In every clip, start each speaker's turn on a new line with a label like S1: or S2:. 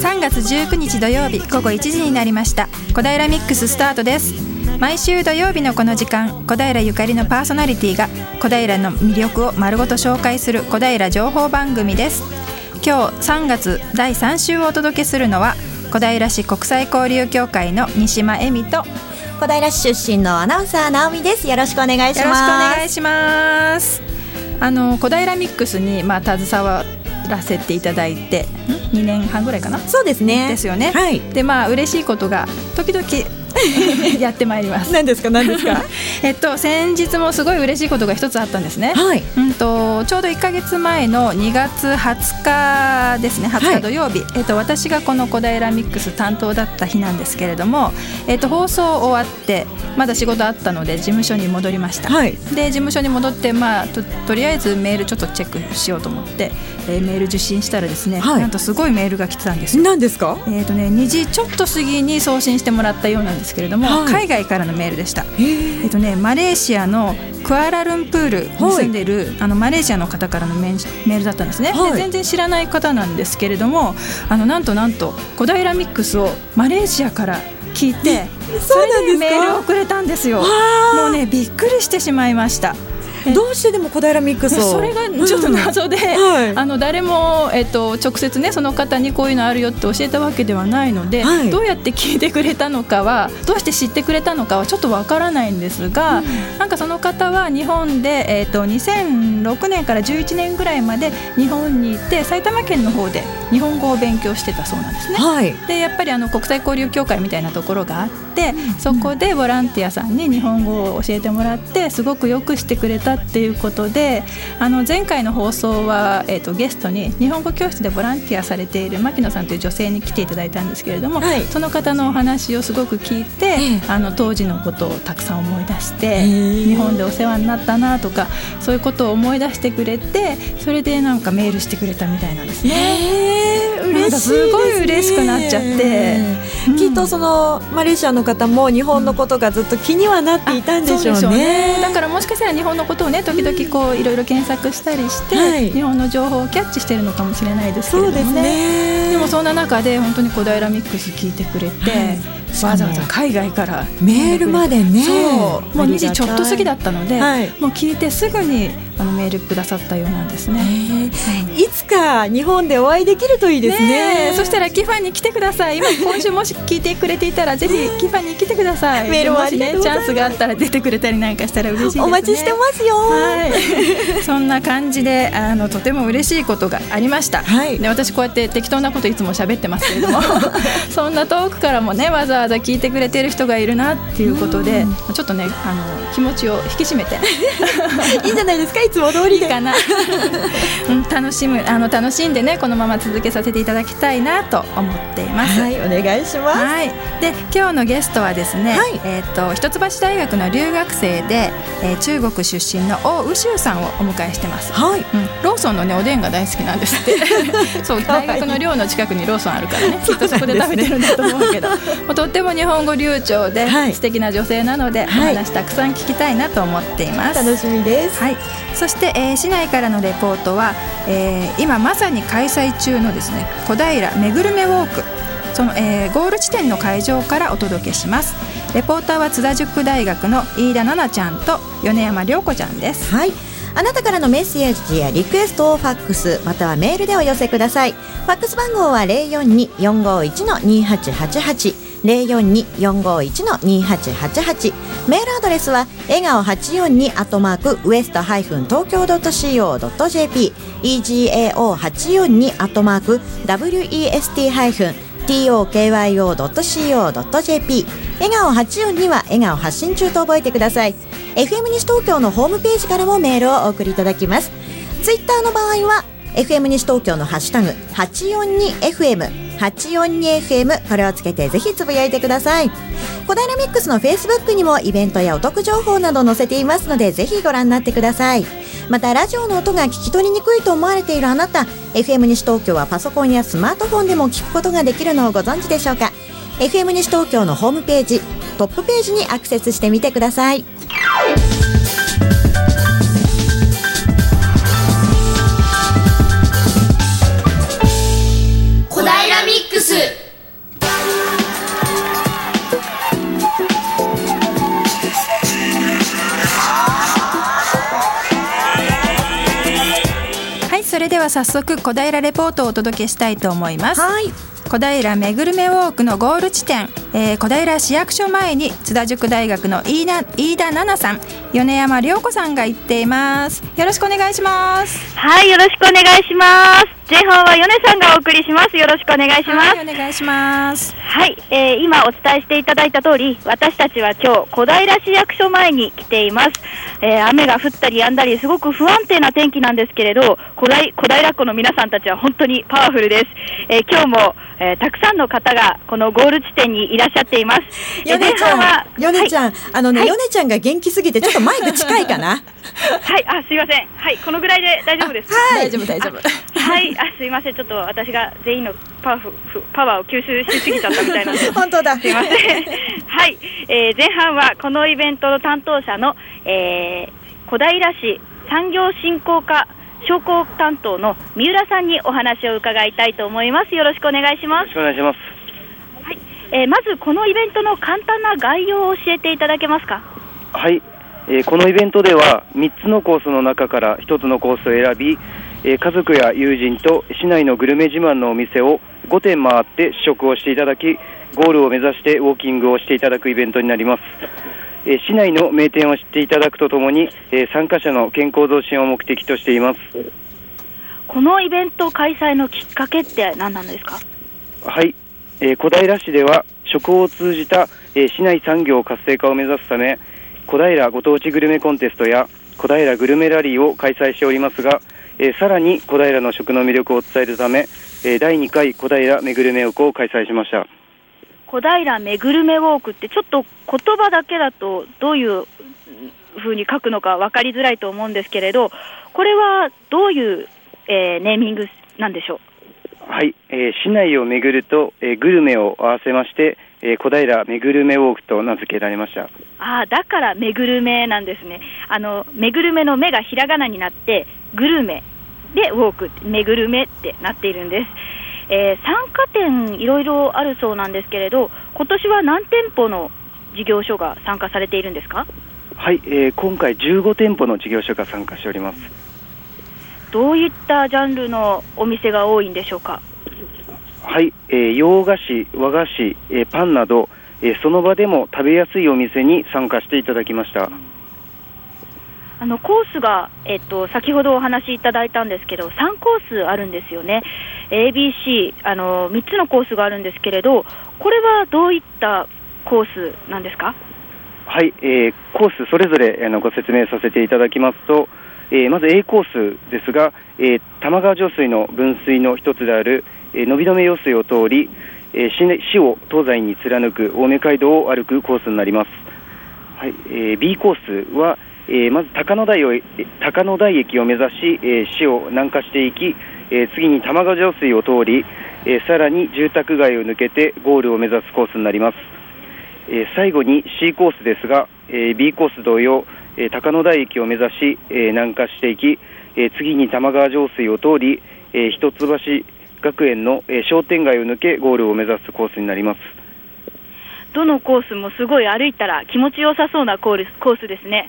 S1: 19日土曜日午後1時になりました小平ミックススタートです毎週土曜日のこの時間小平ゆかりのパーソナリティが小平の魅力を丸ごと紹介する小平情報番組です今日3月第3週をお届けするのは小平市国際交流協会の西間恵美とよ
S2: 小平市出身のアナウンサー直美ですよろしくお願い
S1: ろし
S2: し
S1: くお
S2: ます
S1: 願いしますあの小平ミックスにまあ携わらせていただいてん2年半ぐらいかな
S2: そうですね
S1: ですよね
S2: はい
S1: でまあ嬉しいことが時 々やってまいります
S2: 何ですか何ですか
S1: えっと先日もすごい嬉しいことが一つあったんですね
S2: はい
S1: うんとちょうど1か月前の2月20日ですね
S2: は
S1: 20日
S2: い
S1: 土曜日、えっと私がこの小平ミックス担当だった日なんですけれども、えっと放送終わってまだ仕事あったので事務所に戻りました、
S2: はい
S1: で事務所に戻って、まあ、ととりあえずメールちょっとチェックしようと思って、えーメール受信したらですね、
S2: はい
S1: なんとすごいメールが来てたんですよ
S2: 何ですか
S1: えーとね、2時ちょっと過ぎに送信してもらったようなんですけれども、
S2: はい
S1: 海外からのメールでした、え
S2: え
S1: ーとね、マレーシアのクアラルンプールに住んでいる、あのマレーシアの方からのメンメールだったんですね、で
S2: はい
S1: 全然知らない方なんですけれどもあのなんとなんと小平ミックスをマレーシアから聞いて
S2: そうなんですか
S1: メールをくれたんですよ
S2: わ
S1: も
S2: ー
S1: うねびっくりしてしまいました
S2: どうしてでも小平ミックスを
S1: それがちょっと謎で、
S2: うんはい
S1: あの誰も、えっと直接ねその方にこういうのあるよって教えたわけではないので、
S2: はい
S1: どうやって聞いてくれたのかはどうして知ってくれたのかはちょっとわからないんですが、なんかその方は日本で、えっと2006年から11年ぐらいまで日本にいて埼玉県の方で日本語を勉強してたそうなんですね。
S2: はい
S1: でやっぱりあの国際交流協会みたいなところがあってそこでボランティアさんに日本語を教えてもらってすごくよくしてくれたっていうことであの前回の放送は、えー、とゲストに日本語教室でボランティアされている牧野さんという女性に来ていただいたんですけれども、
S2: はい
S1: その方のお話をすごく聞いて、
S2: ええ
S1: あの当時のことをたくさん思い出して
S2: ー
S1: 日本でお世話になったなとかそういうことを思い出してくれてそれでなんかメールしてくれたみたいなんですね。
S2: えー、嬉しい
S1: なん
S2: です、
S1: か
S2: ね、
S1: すごい嬉しくなっちゃってうん
S2: きっとそのマレーシアの方も日本のことがずっと気にはなっていたんでしょうね
S1: そうでだからもしかしたら日本のことをね時々こういろいろ検索したりして、
S2: はい
S1: 日本の情報をキャッチしてるのかもしれないですけれど
S2: そうで
S1: も
S2: す
S1: ね。
S2: ね
S1: でもそんな中で本当に小平ミックス聞いてくれて、
S2: はい
S1: わざわざ海外から
S2: メールまでね
S1: そうもう2時ちょっと過ぎだ
S2: っ
S1: ったので、
S2: はい
S1: もう聞いてすぐにあのメールくださったようなんですね。
S2: いつか日本でお会いできるといいですね
S1: えそしてラッキーファンに来てください今今週もし聞いてくれていたらぜひキーファンに来てください
S2: メールも
S1: も
S2: あり
S1: し
S2: がと
S1: ね
S2: うご
S1: チ
S2: ざい
S1: ャ
S2: ま
S1: ン
S2: す
S1: スがあったら出てくれたりなんかしたら嬉しいですね
S2: お待ちしてますよ
S1: はい、 そんな感じであのとても嬉しいことがありました、
S2: はい
S1: で私こうやって適当なこといつも喋ってますけれど もそんな遠くからもねわざわざ聞いてくれてる人がいるなっていうことでちょっとねあの気持ちを引き締めて
S2: いいんじゃないですかいつも通り
S1: いい
S2: で
S1: かな、うん、楽しむあの楽しんでねこのまま続けさせていただきたいなと思っています。
S2: はいお願いします
S1: はい、で今日のゲストはですね、
S2: はい
S1: えー、と一橋大学の留学生で、えー中国出身の王宇修さんをお迎えしてます。
S2: はい、
S1: うん、ローソンのねおでんが大好きなんですって そう大学の寮の近くにローソンあるからねきっとそこで食べてるんだと思う けどもうとっても日本語流暢で、
S2: はい
S1: 素敵な女性なので、
S2: はい
S1: お話たくさん聞きたいなと思っています。
S2: 楽しみです
S1: はい、そして、えー市内からのレポートは、えー今まさに開催中のですね小平めぐるめウォークその、えーゴール地点の会場からお届けしますレポーターは津田塾大学の飯田奈々ちゃんと米山涼子ちゃんです
S3: はい。あなたからのメッセージやリクエストをファックスまたはメールでお寄せください。ファックス番号は042-451-2888。042-451-2888メールアドレスは笑顔842アットマークウエストハイフン東京 .co.jp egao842 アットマーク west ハイフン tokyo.co.jp 笑顔842は笑顔発信中と覚えてください FM 西東京のホームページからもメールをお送りいただきますツイッターの場合は FM 西東京のハッシュタグ 842FM 842FM これをつけてぜひつぶやいてください小平ミックスの Facebook にもイベントやお得情報など載せていますのでぜひご覧になってくださいまたラジオの音が聞き取りにくいと思われているあなた FM 西東京はパソコンやスマートフォンでも聞くことができるのをご存知でしょうか FM 西東京のホームページトップページにアクセスしてみてください
S4: 小平ミックス
S1: それでは早速小平レポートをお届けしたいと思います
S3: はい
S1: 小平めぐるめウォークのゴール地点、えー小平市役所前に津田塾大学の飯田飯田奈々さん米山涼子さんが行っていますよろしくお願いします
S4: はい、よろしくお願いします。前半はヨネさんがお送りします。よろしくお願いします。
S1: はいお願いします
S4: はい、えー今お伝えしていただいた通り、私たちは今日小平市役所前に来ています。えー雨が降ったり止んだり、すごく不安定な天気なんですけれど、小平小平っ子の皆さんたちは本当にパワフルです。えー今日も、えーたくさんの方がこのゴール地点にいらっしゃっています。えー
S3: ヨネち
S4: 前半は
S3: ゃん、ヨネち
S4: はい
S3: ゃん、あのね、
S4: はい
S3: ヨネちゃんが元気すぎて、ちょっとマイク近い かな。
S4: はい、あ、すいません。はい、このぐらいで大丈夫です。
S1: 大丈夫大丈夫
S4: はい、あ、すいません、ちょっと私が全員のパワフフパワーを吸収しすぎちゃったみたいなんです。
S3: 本当だ。
S4: すいません。はい、えー前半はこのイベントの担当者の、えー小平市産業振興課商工担当の三浦さんにお話を伺いたいと思います。よろしくお願いしま
S5: よろし
S4: す。
S5: くお願いし
S4: はい、えーまずこのイベントの簡単な概要を教えていただけますか。
S5: ます。はい、えーこのイベントでは3つのコースの中から1つのコースを選び、えー家族や友人と市内のグルメ自慢のお店を5店回って試食をしていただき、ゴールを目指してウォーキングをしていただくイベントになります。えー市内の名店を知っていただくとともに、えー参加者の健康増進を目的としています。
S4: このイベント開催のきっかけって何なんですか。
S5: はい、えー小平市では食を通じた、えー市内産業活性化を目指すため小平ご当地グルメコンテストや小平グルメラリーを開催しておりますが、えーさらに小平の食の魅力を伝えるため、えー第2回小平めぐるめおこを開催しました
S4: 小平めぐるめウォークってちょっと言葉だけだとどういう風に書くのか分かりづらいと思うんですけれどこれはどういう、えーネーミングなんでしょう
S5: はい、えー市内を巡ると、えーグルメを合わせまして、えー小平めぐるめウォークと名付けられました
S4: ああだからめぐるめなんですねあのめぐるめの目がひらがなになってグルメでウォークってめぐるめってなっているんです、えー参加店いろいろあるそうなんですけれど今年は何店舗の事業所が参加されているんですか
S5: はい、えー今回15店舗の事業所が参加しております
S4: どういったジャンルのお店が多いんでしょうか
S5: はい、えー洋菓子、和菓子、えーパンなど、えーその場でも食べやすいお店に参加していただきました。
S4: あのコースが、えっと、先ほどお話しいただいたんですけど、3コースあるんですよね、ABC、あの3つのコースがあるんですけれど、これはどういったコースなんですか、
S5: はい、えーコースそれぞれあのご説明させていただきますと、えーまず A コースですが、えー玉川上水の分水の一つである、えー、のびのめ用水を通り、えー市内市を東西に貫く青梅街道を歩くコースになります。はい、えー B コースは、えーまず高野台をえ高野台駅を目指し、えー市を南下していき、えー次に玉川上水を通り、えーさらに住宅街を抜けてゴールを目指すコースになります。えー最後に C コースですが、えー B コース同様、えー高野台駅を目指し、えー南下していき、えー次に玉川上水を通り、えー一橋学園の、えー商店街を抜けゴールを目指すコースになります。
S4: どのコースもすごい歩いたら気持ちよさそうなコースコースですね、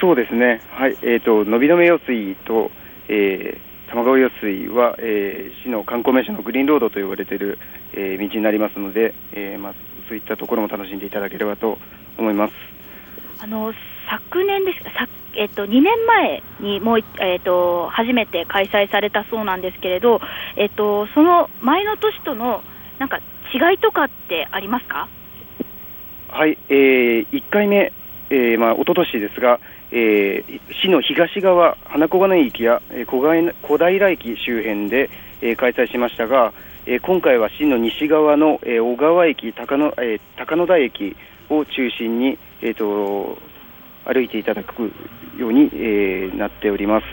S5: そうですね。はい、えっ、とのびのめ用水と、えー、玉川用水は、えー市の観光名所のグリーンロードと呼ばれている、えー道になりますので、えーまあそういったところも楽しんでいただければと思います。
S4: あの昨年ですさ、えっと、2年前にもうい、えっと、初めて開催されたそうなんですけれど、えっと、その前の年とのなんか違いとかってありますか
S5: はい、え1回目、えーまあ、一昨年ですが、えー市の東側、花小金井駅や、えー小金小平駅周辺で、えー開催しましたが、えー今回は市の西側の、えー小川駅高野、えー高野台駅を中心に、えー、と歩いていただくように、えーなっております。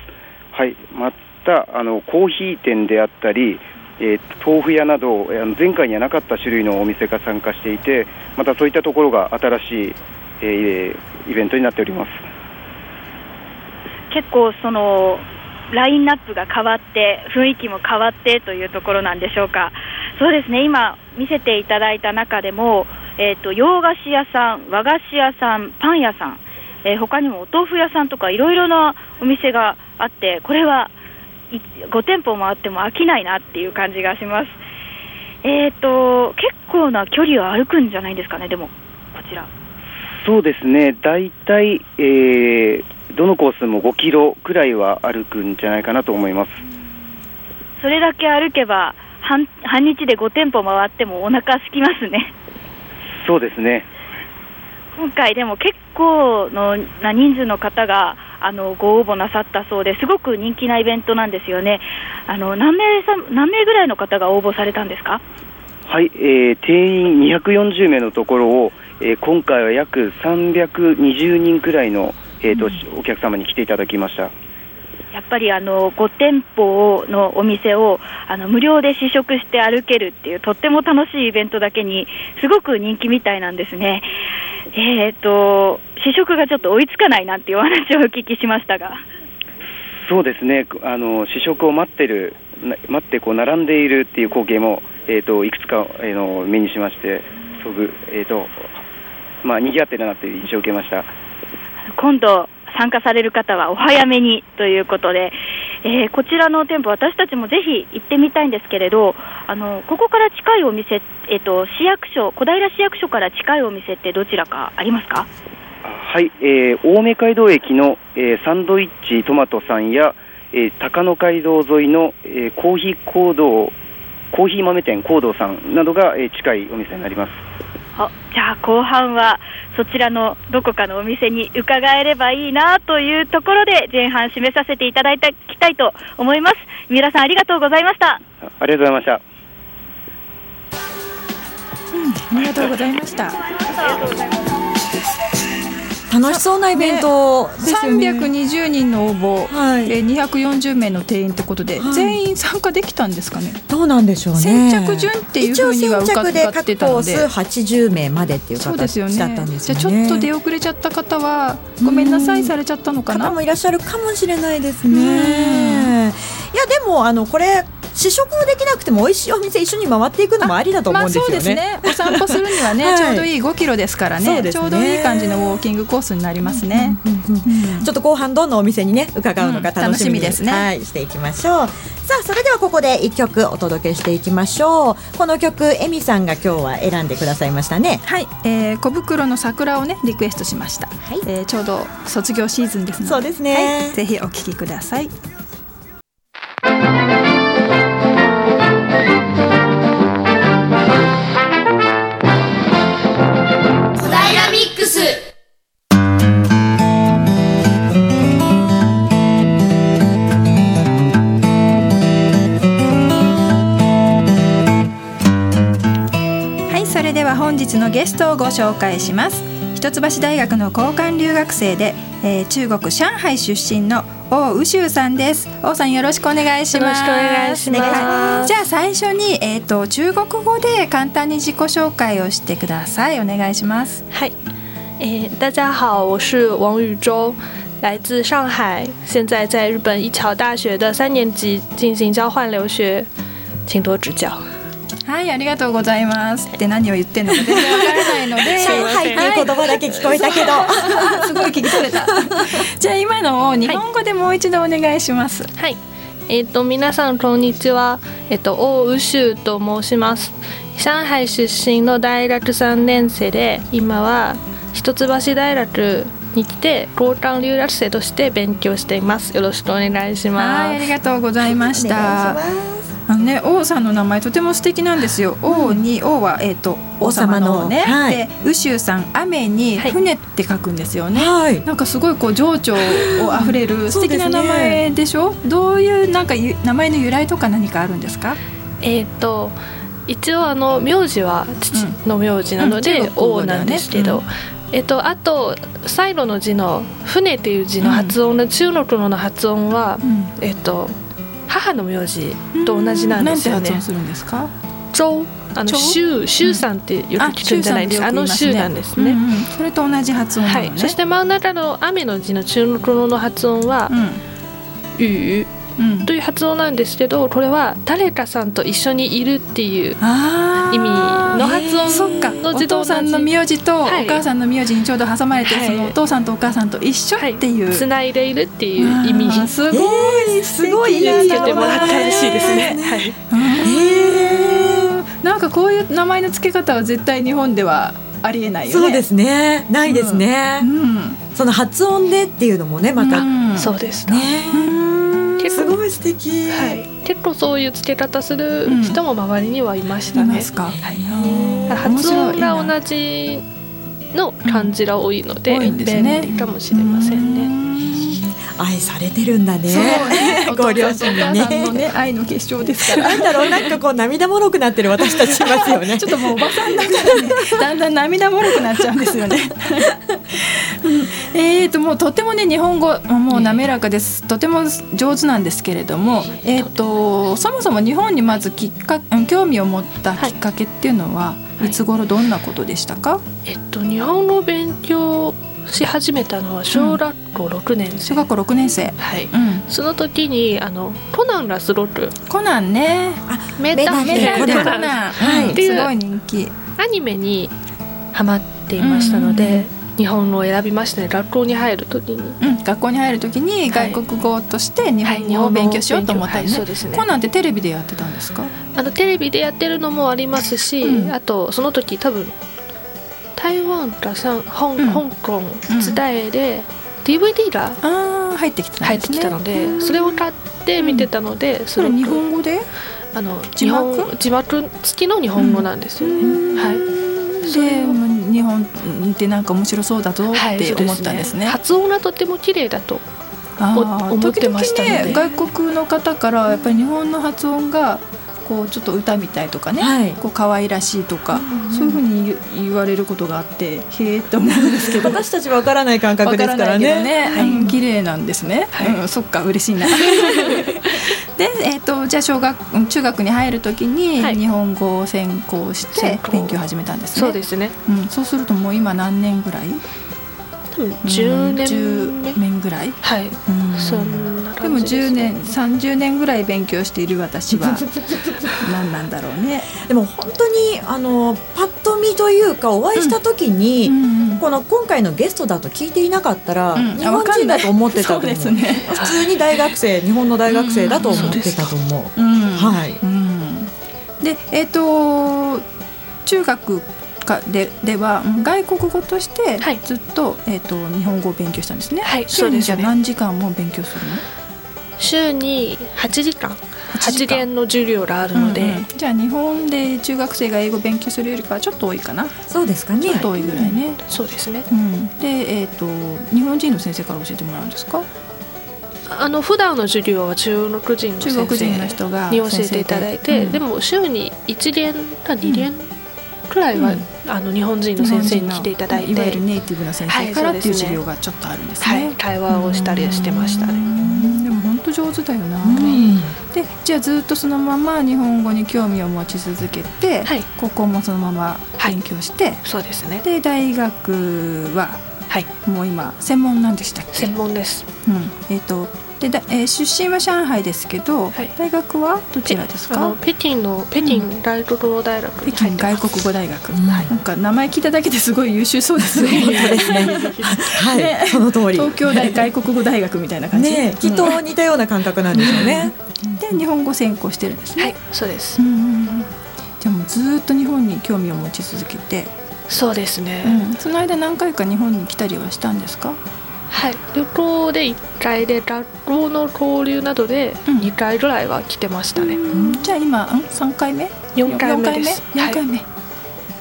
S5: はい、またあのコーヒー店であったり、えー豆腐屋など、えーあの前回にはなかった種類のお店が参加していて、またそういったところが新しい、えーイベントになっております。
S4: 結構そのラインナップが変わって雰囲気も変わってというところなんでしょうかそうですね今見せていただいた中でも、えー、と洋菓子屋さん和菓子屋さんパン屋さん、えー他にもお豆腐屋さんとかいろいろなお店があってこれはい5店舗もあっても飽きないなっていう感じがします。えっ、と、結構な距離を歩くんじゃないですかね、でも、こちら。
S5: そうですね、大体、えー、どのコースも5キロくらいは歩くんじゃないかなと思います。
S4: それだけ歩けば、半半日で5店舗回ってもお腹空きますね。
S5: そうですね、
S4: 今回でも結構のな人数の方があのご応募なさったそうですごく人気なイベントなんですよね。あの何名さん何名ぐらいの方が応募されたんですか？
S5: はい、えー、定員240名のところを、えー、今回は約320人くらいの、えーとお客様に来ていただきました。
S4: やっぱりあの5店舗のお店をあの無料で試食して歩けるっていうとっても楽しいイベントだけにすごく人気みたいなんですね。えっ、と試食がちょっと追いつかないなんていうお話をお聞きしましたが。
S5: そうですね、あの試食を待ってる、な待ってこう並んでいるっていう光景も、えー、といくつか、えーの目にしまして、すごく、えーとまあ、賑わってるなという印象を受けました。
S4: 今度参加される方はお早めにということで、えーこちらの店舗私たちもぜひ行ってみたいんですけれどあのここから近いお店、えっと市役所小平市役所から近いお店ってどちらかありますか
S5: はい、えー青梅街道駅の、えーサンドイッチトマトさんや、えー高野街道沿いの、えーコーヒー行動コーヒー豆店行動さんなどが、えー近いお店になります。
S4: あじゃあ後半はそちらのどこかのお店に伺えればいいなというところで前半締めさせていただいたきたいと思います三浦さんありがとうございました
S5: あありがとうございました。
S1: ありがとうございました。
S2: 楽しそうなイベントですよね。
S1: 320人の応募、
S2: はい
S1: えー240名の定員ってことで、
S2: はい
S1: 全員参加できたんですかね。
S2: どうなんでしょうね。
S1: 先着順っていう
S3: 一
S1: ふ
S3: 応
S1: うには
S3: 先着
S1: 伺
S3: で
S1: っ
S3: 各
S1: て
S3: コ
S1: たの
S3: ー
S1: で
S3: ス。80名までっていう
S1: そうです
S3: 形
S1: よね
S3: だったんです
S1: じゃ
S3: よ
S1: あ
S3: ね。
S1: ちょっと出遅れちゃった方はごめんなさいされちゃったのかな
S3: 方もいらっしゃるかもしれないです
S1: う
S3: ね。
S1: ん
S3: いやでもあのこれ試食できなくても美味しいお店一緒に回っていくのもありだと思うんですよね。
S1: まあ、そうですねお散歩するにはね、
S3: はい
S1: ちょうどいい5キロですから
S3: そう
S1: ね
S3: ですね
S1: ちょうどいい感じのウォーキングコースになりますね、
S3: うんうんちょっと後半どんなお店にね伺うのか
S1: うん
S3: 楽しみに、
S1: 楽しみですね
S3: はい、していきましょうさあそれではここで一曲お届けしていきましょうこの曲エミさんが今日は選んでくださいましたね
S1: はい、えー、小袋の桜をねリクエストしました、
S3: い
S1: えーちょうど卒業シーズンですので
S3: そうですね
S1: はい、ぜひお聞きください
S6: 小平ミックス
S1: はいそれでは本日のゲストをご紹介します一橋大学の交換留学生で、えー中国上海出身の王宇修さんです王さんよろしくお願いします
S2: よろしくお願いします
S1: はいじゃあ最初にえっ、と中国語で簡単に自己紹介をしてくださいお願いします
S7: 嗨，诶，大家好，我是王宇洲，来自上海，现在在日本一桥大学的三年级进行交换留学，请多指教。
S1: はいありがとうございますって何を言ってんのか全然わからないので
S3: 上海っていう言葉だけ聞こえたけど、
S1: あ すごい聞き取れたじゃあ今のを日本語でもう一度お願いします
S7: 嗨，えっと皆さんこんにちは。えっと大宇修と申します。上海出身の大学三年生で、今は一橋大学に来て交換留学生として勉強しています。よろしくお願いします。
S1: はいありがとうございまし
S3: お願い
S1: た
S3: します
S1: あのね、王さんの名前とても素敵なんですよ。王に王はえっ、と
S3: 王様の
S1: 王ね。
S3: はい
S1: で、宇宙さん雨に
S7: はい
S1: 船って書くんですよね。
S3: はい
S1: なんかすごいこう情緒をあふれる素
S3: そう
S1: 敵
S3: です
S1: な
S3: ね
S1: 名前でしょ。どういうなんかゆ名前の由来とか何かあるんですか。
S7: えー、と一応あの名字は父の名字なの
S1: うん
S7: で
S1: 中国語
S7: 王
S1: だよ
S7: なん
S1: ね
S7: ですけど、
S1: うん
S7: えっとあと最後の字の「船」っていう字の発音の、中国語の発音は、
S1: う
S7: えっと母の名字と同じなんですよ
S1: なんて発
S7: ね
S1: 音。するんですか。
S7: 周あの
S1: 周
S7: 周周さんってよく聞くんじゃないですか。あ
S1: 中
S7: の
S1: さってよ
S7: 周
S1: く言いますね
S7: なんですね。
S1: うんうんそれと同じ発音なの
S7: は
S1: ね。
S7: い。そして真ん中の雨の字の中国語の発音は
S1: うん
S7: 「ゆう
S1: うん
S7: と。いう発音なんですけど、これは誰かさんと一緒にいるっていう
S1: あ
S7: 意味の発
S1: そっか
S7: 音の
S1: お
S7: 自動
S1: 父さんの名字とお
S7: はい
S1: 母さんの名字にちょうど挟まれて、
S7: はい
S1: そのお父さんとお母さんと一緒っていう、
S7: つな、繋いでいるっていう意味
S1: あー
S7: に
S1: すごい、
S2: すごい
S7: つ
S2: い
S7: けてもらったらしいですね。はい
S1: なんかこういう名前の付け方は絶対日本ではありえないよね
S3: そうですねないですね
S1: う、ん、
S3: その発音でっていうのもねまた、ね
S1: うん
S7: そうでした。結
S2: す
S7: 構
S2: ごい素敵、
S7: はい、結構そういう付け方する人も周りにはいまし
S1: い
S7: たね。
S1: ますか、はい
S7: 発音が
S1: じ
S7: 同じの漢字が多いので、
S1: うん多いんですね
S7: 便利かもしれませんね。
S3: 愛されてるんだね
S1: そうね
S3: ご両親に
S1: お父さんとお母さんの
S3: ね
S1: ね愛の結晶ですから
S3: なんだろうなんかこう涙もろくなってる私たちいますよ ね
S1: ちょっともうおばさんだからね、だんだん涙もろくなっちゃうんですよね。 うんえーともうとってもね日本語もう滑らかです。とても上手なんですけれども、えーとそもそも日本にまずきっかうん興味を持ったきっかけっていうのは、
S7: はい
S1: い、つ頃どんなことでしたか？
S7: えっと日本語を勉強し始めたのは小学校6年生。
S1: 小学校六年生。
S7: はい。
S1: うん、
S7: その時にあのコナンがすごく
S1: コナンね。
S7: メ
S3: メタ
S7: タ
S3: メ
S7: メ
S3: タ
S7: タコ
S1: コナン、
S7: ナン
S1: はい
S7: っ
S1: す
S7: ていう
S1: ごい人気。
S7: アニメにハマっていましたの
S1: うんうんう
S7: で、日本語を選びましたね。学校に入る時に。
S1: うん、学校に入るときに
S7: はい
S1: 外国語として日
S7: はい
S1: 本語を勉強しようと思った
S7: はい
S1: りね
S7: そう。ですね
S1: コ。ナンってテレビでやってたんですか？
S7: あのテレビでやってるのもありますし、
S1: うん
S7: あとその時多分台湾か上香,、
S1: うん
S7: 香港伝えで DVD が
S1: ああ入ってきた
S7: 入
S1: ん
S7: って
S1: ですね。
S7: きたので、
S1: うん
S7: それを買って見てたので、す
S1: そ
S7: ご
S1: れ
S7: く
S1: 日本語で、
S7: あの日
S1: 字幕
S7: 本字幕付きの日本語なんですよね。はいそ
S1: で
S7: れを
S1: もう日本ってなんか面白そうだぞ
S7: は
S1: っ
S7: い、
S1: て
S7: そう
S1: 思ったんですね。
S7: 発音がとても綺麗だと、
S1: あー
S7: お思ってましたので
S1: 時々ね外国の方からやっぱり日本の発音がこうちょっと歌みたいとかね、
S3: はい
S1: こう可愛らしいとか、そういうふうに言う言われることがあってへえって思うんですけど。
S3: 私たちわからない感覚
S1: わ
S3: で
S1: から
S3: すか
S1: な
S3: ら
S1: いけど
S3: ね
S1: ね。うん綺麗なんですね。うん、そっか嬉しいな。で、えっ、とじゃあ小学うん中学に入るときに
S7: はい
S1: 日本語を専攻して
S7: 専攻
S1: 勉強を始めたんですね。
S7: そうですね
S1: うん、そうするともう今何年ぐらい？
S7: 多分10年目、
S1: 10年ぐらい。
S7: はい、
S1: うん
S7: そんな
S1: でも
S7: 感じで
S1: 10
S7: す、ね、
S1: 年30年ぐらい勉強している 私は何なんだろうね。
S3: でも本当にあのパッと見というかお会いした時に、
S1: うんうん
S3: この今回のゲストだと聞いていなかったら、
S1: うん
S3: 日
S1: あ
S3: 本
S1: わか
S3: 人
S1: んな
S3: だ
S1: い
S3: と思ってた
S1: そ
S3: と思
S1: う
S3: う
S1: ですね。
S3: 普通に大学生日本の大学生だと思ってたと思う、
S1: うん
S3: はい
S1: うん、でえっ、と中学かでではうん外国語として
S7: はい
S1: ずっと,、えっと日本語を勉強したんですね。
S7: はい
S1: 週
S7: そう
S1: に
S7: で
S1: じゃ
S7: す
S1: あ
S7: ね
S1: 何時間も勉強する
S7: 週に8時間
S1: 時
S7: 8
S1: 間
S7: 限の授業がある
S1: の？
S7: ので、
S1: うんうんじゃあ日本で中学生が英語勉強するよりかはちょっと多いかな。
S3: そうですかね
S1: ちょっと多いぐらいね。
S7: そうですね
S1: うん、でえっ、と日本人の先生から教えてもらうんですか？
S7: あの普段の授業は中国人の先生
S1: 中国人の人が
S7: に教えていただいて、で
S1: も
S7: も週に1限か2限くらいは、
S1: うん
S7: あの日本人の先生に来ていただいて、
S1: いわゆるネイティブの先生から
S7: は
S1: っ
S7: い
S1: ていう
S7: そうです
S1: 授
S7: ね
S1: 業がちょっとあるんですね。
S7: はい、会話をしたりしてましたね。
S1: うんでも本当上手だよな。でじゃあずっとそのまま日本語に興味を持ち続けて、
S7: はい
S1: 高校もそのまま勉強して、
S7: そうですね
S1: で大学は
S7: はい
S1: もう今専門なんでしたっけ？
S7: 専門です
S1: うん、えっ、とでだ、えー出身は上海ですけど、
S7: はい
S1: 大学はどちらです
S7: あの
S1: か？
S7: 北京の北京外国語大学
S1: 北
S7: に入
S1: 京
S7: ってま
S1: 外
S7: す
S1: 国語大学。
S3: はい
S1: なんか名前聞いただけですごい優秀そ うですね。
S3: はい、
S1: ね
S3: その通り
S1: 東京大外国語大学みたいな感じ。
S3: ねえきっ
S1: うん
S3: と似たような感覚なんでしょ うね、
S1: で日本語専攻してるんですね。
S7: はいそうです、
S1: うんうんうんじゃあもうずーっと日本に興味を持ち続けて、
S7: そうですね、
S1: その間何回か日本に来たりはしたんですか？
S7: はい旅行で1回で学校の交流などで
S1: うん
S7: 2回ぐらいは来てましたね、
S1: じゃあ今ん三回目？
S7: 4回目です
S1: 四回目。四回目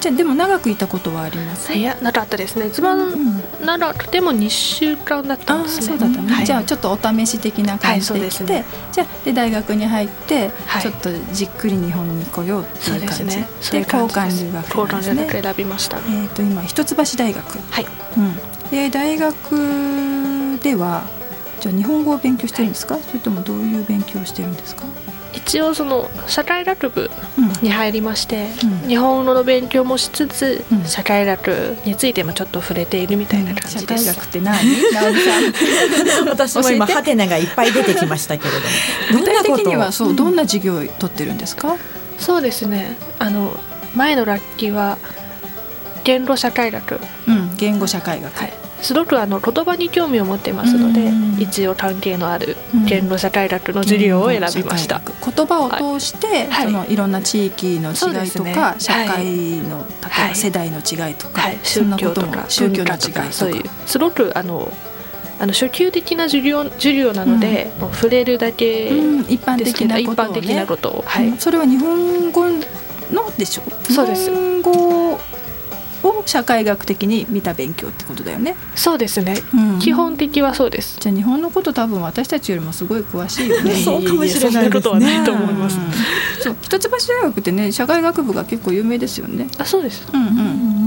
S1: じゃあでも長くいたことはあります。
S7: はい、いやなかったですね一
S1: う
S7: 番
S1: ん
S7: 長くても2週間だった
S1: あ
S7: ん
S1: あ
S7: ですね
S1: そうだったね、
S7: はい、
S1: じゃあちょっとお試し的な感じ
S7: はいそう
S1: で
S7: です
S1: 来て、
S7: ね
S1: じゃあで大学に入って、
S7: はい
S1: ちょっとじっくり日本に来ようって
S7: そう
S1: いう
S7: で
S1: 感
S7: す
S1: じ
S7: ねそうい
S1: で
S7: う感じで
S1: 交換
S7: す
S1: 留学
S7: 交
S1: なん
S7: 換
S1: ですね
S7: 留学選びましたね
S1: えー、と今一橋大学、
S7: はい
S1: うん、で大学ではじゃあ日本語を勉強してるんですか、それともどういう勉強をしてるんですか、
S7: 一応その社会学部
S1: うん
S7: に入りまして、
S1: うん
S7: 日本語の勉強もしつつ、
S1: うん
S7: 社会学についてもちょっと触れているみたいな感
S1: 社
S7: じで
S1: 会
S7: す、
S1: 学って何直美さん
S3: 私も今ハテナがいっぱい出てきましたけれども
S1: 具体的にはそううどんな授業を取ってるんですか、
S7: そうですねあの前のラッキーは言語社会学、
S1: うん、言語社会学、
S7: はい、すごくあの言葉に興味を持っていますので、
S1: うん
S7: 一応関係のある
S1: うん
S7: 言語社会学の授業を選びました、
S1: 言語社会学言葉を通して、
S7: はい
S1: い、そのいろんな地域の
S7: そうで
S1: 違い
S7: す
S1: と
S7: ね
S1: か、
S7: はい
S1: 社会の例え
S7: は
S1: ば
S7: い
S1: 世代の違いとか、
S7: はい、
S1: そん
S7: 宗
S1: な
S7: 教
S1: ことと
S7: か
S1: も宗教の違い
S7: 文化
S1: と
S7: と
S1: か
S7: かそういうすごくあのあの初級的な授業授業なので、もう触れるだけ
S1: うん、一般
S7: です
S1: 的
S7: けど、
S1: な
S7: 一
S1: こと
S7: 般
S1: を
S7: 的
S1: ね
S7: なことを、はい
S1: うんそれは日本語のでしょ
S7: そうです
S1: 日本語を社会学的に見た勉強ってことだよね、
S7: そうですね
S1: うん
S7: 基本的はそうです、
S1: じゃあ日本のこと多分私たちよりもすごい詳し いよね
S2: そうかもしれないですね
S7: そんなことはないと思います、
S1: うんそう一橋大学ってね社会学部が結構有名ですよね
S7: あそうです
S1: うんう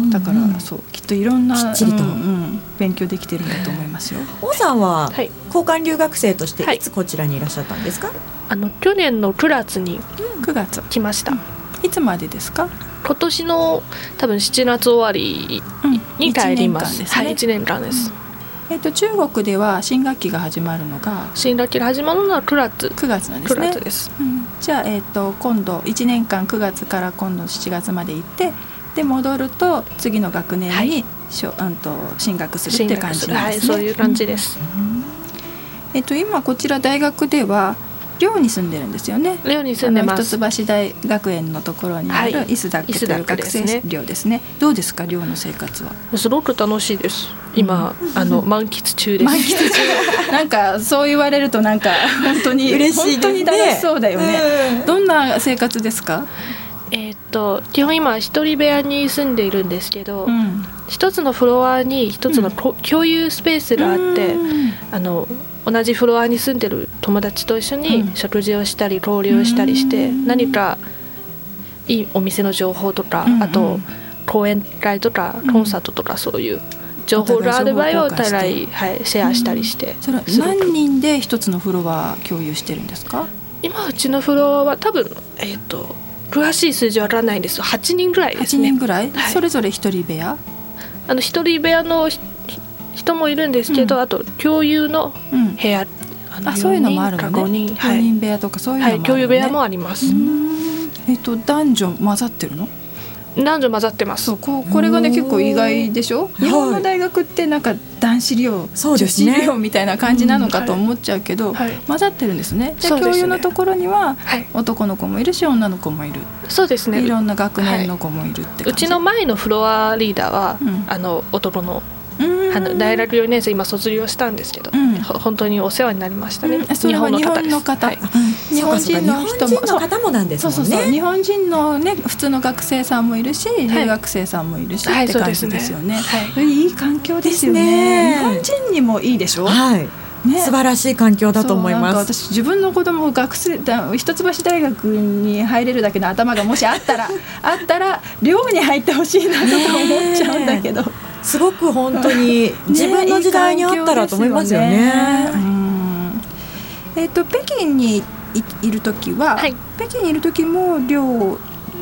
S1: んだからそうきっといろんな
S3: きっちりと
S1: うんうん勉強できてるんだと思いますよ
S3: 王さんは
S7: はい
S3: 交換留学生として
S7: はい
S3: いつこちらにいらっしゃったんですか、
S7: あの去年の9月に
S1: 9月
S7: 来ました、
S1: いつまでですか
S7: 今年の多分7月終わりに帰ります
S1: 一年間です
S7: はい
S1: ね
S7: 1年間です、
S1: えっと中国では新学期が始まるのが
S7: 新学期が始まるのは9月
S1: 9月なんです
S7: 9
S1: ね
S7: 月です
S1: うんじゃあ、えっと今度1年間9月から今度7月まで行ってで戻ると次の学年にしょ、うん、と進学するっ
S7: 進
S1: て
S7: 学
S1: 感
S7: す
S1: じ
S7: る
S1: なん
S7: は
S1: で
S7: い
S1: すね。
S7: そういう感じです、
S1: えっと今こちら大学では寮に住んでるんですよね。
S7: 寮に住んでま
S1: あ
S7: す
S1: の一橋大学園のところにあ
S7: は
S1: る
S7: い
S1: イスダックと
S7: イスダ
S1: い
S7: ッ
S1: う
S7: クで
S1: 学
S7: すね
S1: 生寮ですね。どうですか寮の生活は？
S7: すごく楽しいです今、あの満喫中です
S1: 満喫 中。 なんかそう言われるとなんか本当に
S2: 嬉しいです
S1: 本
S2: ね
S1: 当に楽しそうだよね。
S2: ね
S1: どんな生活ですか？
S7: えーっと基本今一人部屋に住んでいるんですけど、
S1: ん、
S7: 一つのフロアに一つのこ、共有スペースがあって、
S1: うん
S7: あの同じフロアに住んでる友達と一緒
S1: う
S7: に
S1: ん
S7: 食事をしたり交流をしたりして、
S1: うん
S7: 何かいいお店の情報とか、
S1: うんうん
S7: あと講演会とか
S1: うん
S7: コンサートとかそういう情報がある場合は
S1: お
S7: お
S1: 互
S7: 互
S1: い
S7: い、はい、シェアしたりして、
S1: それは
S7: すごく
S1: 何人で一つのフロア共有してるんですか
S7: 今うちのフロアは多分えーっ、と詳しい数字はわからないんです8人ぐらいです
S1: 8
S7: ね
S1: 人ぐらい、
S7: はい
S1: それぞれ一人部屋、
S7: あの一人部屋のひ人もいるんですけど、
S1: うん
S7: あと共有の
S1: うん、
S7: 部屋あ
S1: あそういうのもあるのね
S7: 4人か
S1: 4
S7: 5人
S1: 人部屋とかそういうの
S7: は
S1: も
S7: い、
S1: あ
S7: はい、共
S1: るの、ね
S7: 有部屋もあります、
S1: うんえっと男女混ざってるの
S7: 男女混ざってます
S1: そうこうこれがね結構意外でしょ日本の大学ってなんか男子寮、
S2: そう
S1: 女
S2: です
S1: 子
S2: ね
S1: 寮みたいな感じなのかと
S7: うん
S1: 思っちゃうけど、
S7: はい
S1: 混ざってるんですねじゃ
S7: そ
S1: あ
S7: うで
S1: 共
S7: すね
S1: 有のところには
S7: はい
S1: 男の子もいるし女の子もいる、
S7: そうです
S1: いろ
S7: ね
S1: んな学年の子もいるって感じ、
S7: うちの前のフロアリーダーは、
S1: うん
S7: あの男の
S1: うん
S7: あの大学4年生今卒業したんですけど、
S1: うん
S7: ほ本当にお世話になりましたね、
S1: うんそれは日本の方
S7: はい
S1: 日本人の人
S3: 日
S1: も
S3: 本人の方もなんです
S1: そう
S3: もん
S1: そ
S3: ね
S1: うそう、日本人のね普通の学生さんもいるし、留学生さんもいるし、
S7: はい
S1: って
S7: そう
S1: 感
S7: です
S1: じ
S7: ね
S1: ですよね。
S7: はい
S1: い、い環境ですよね
S3: ですね
S1: 日本人にもいいでしょ。
S3: はい
S1: ね
S3: 素晴らしい環境だと思い
S1: そうなん
S3: ま
S1: か
S3: す
S1: 私自分の子供を学生だ一橋大学に入れるだけの頭がもしあったらあったら寮に入ってほしいなとか思っちゃうんだけど、
S3: すごく本当に自分の時代にあったらと思いますよね
S1: いい環境ですよねうんえっ、と北京にいいる時は、
S7: はい
S1: 北京にいる時も寮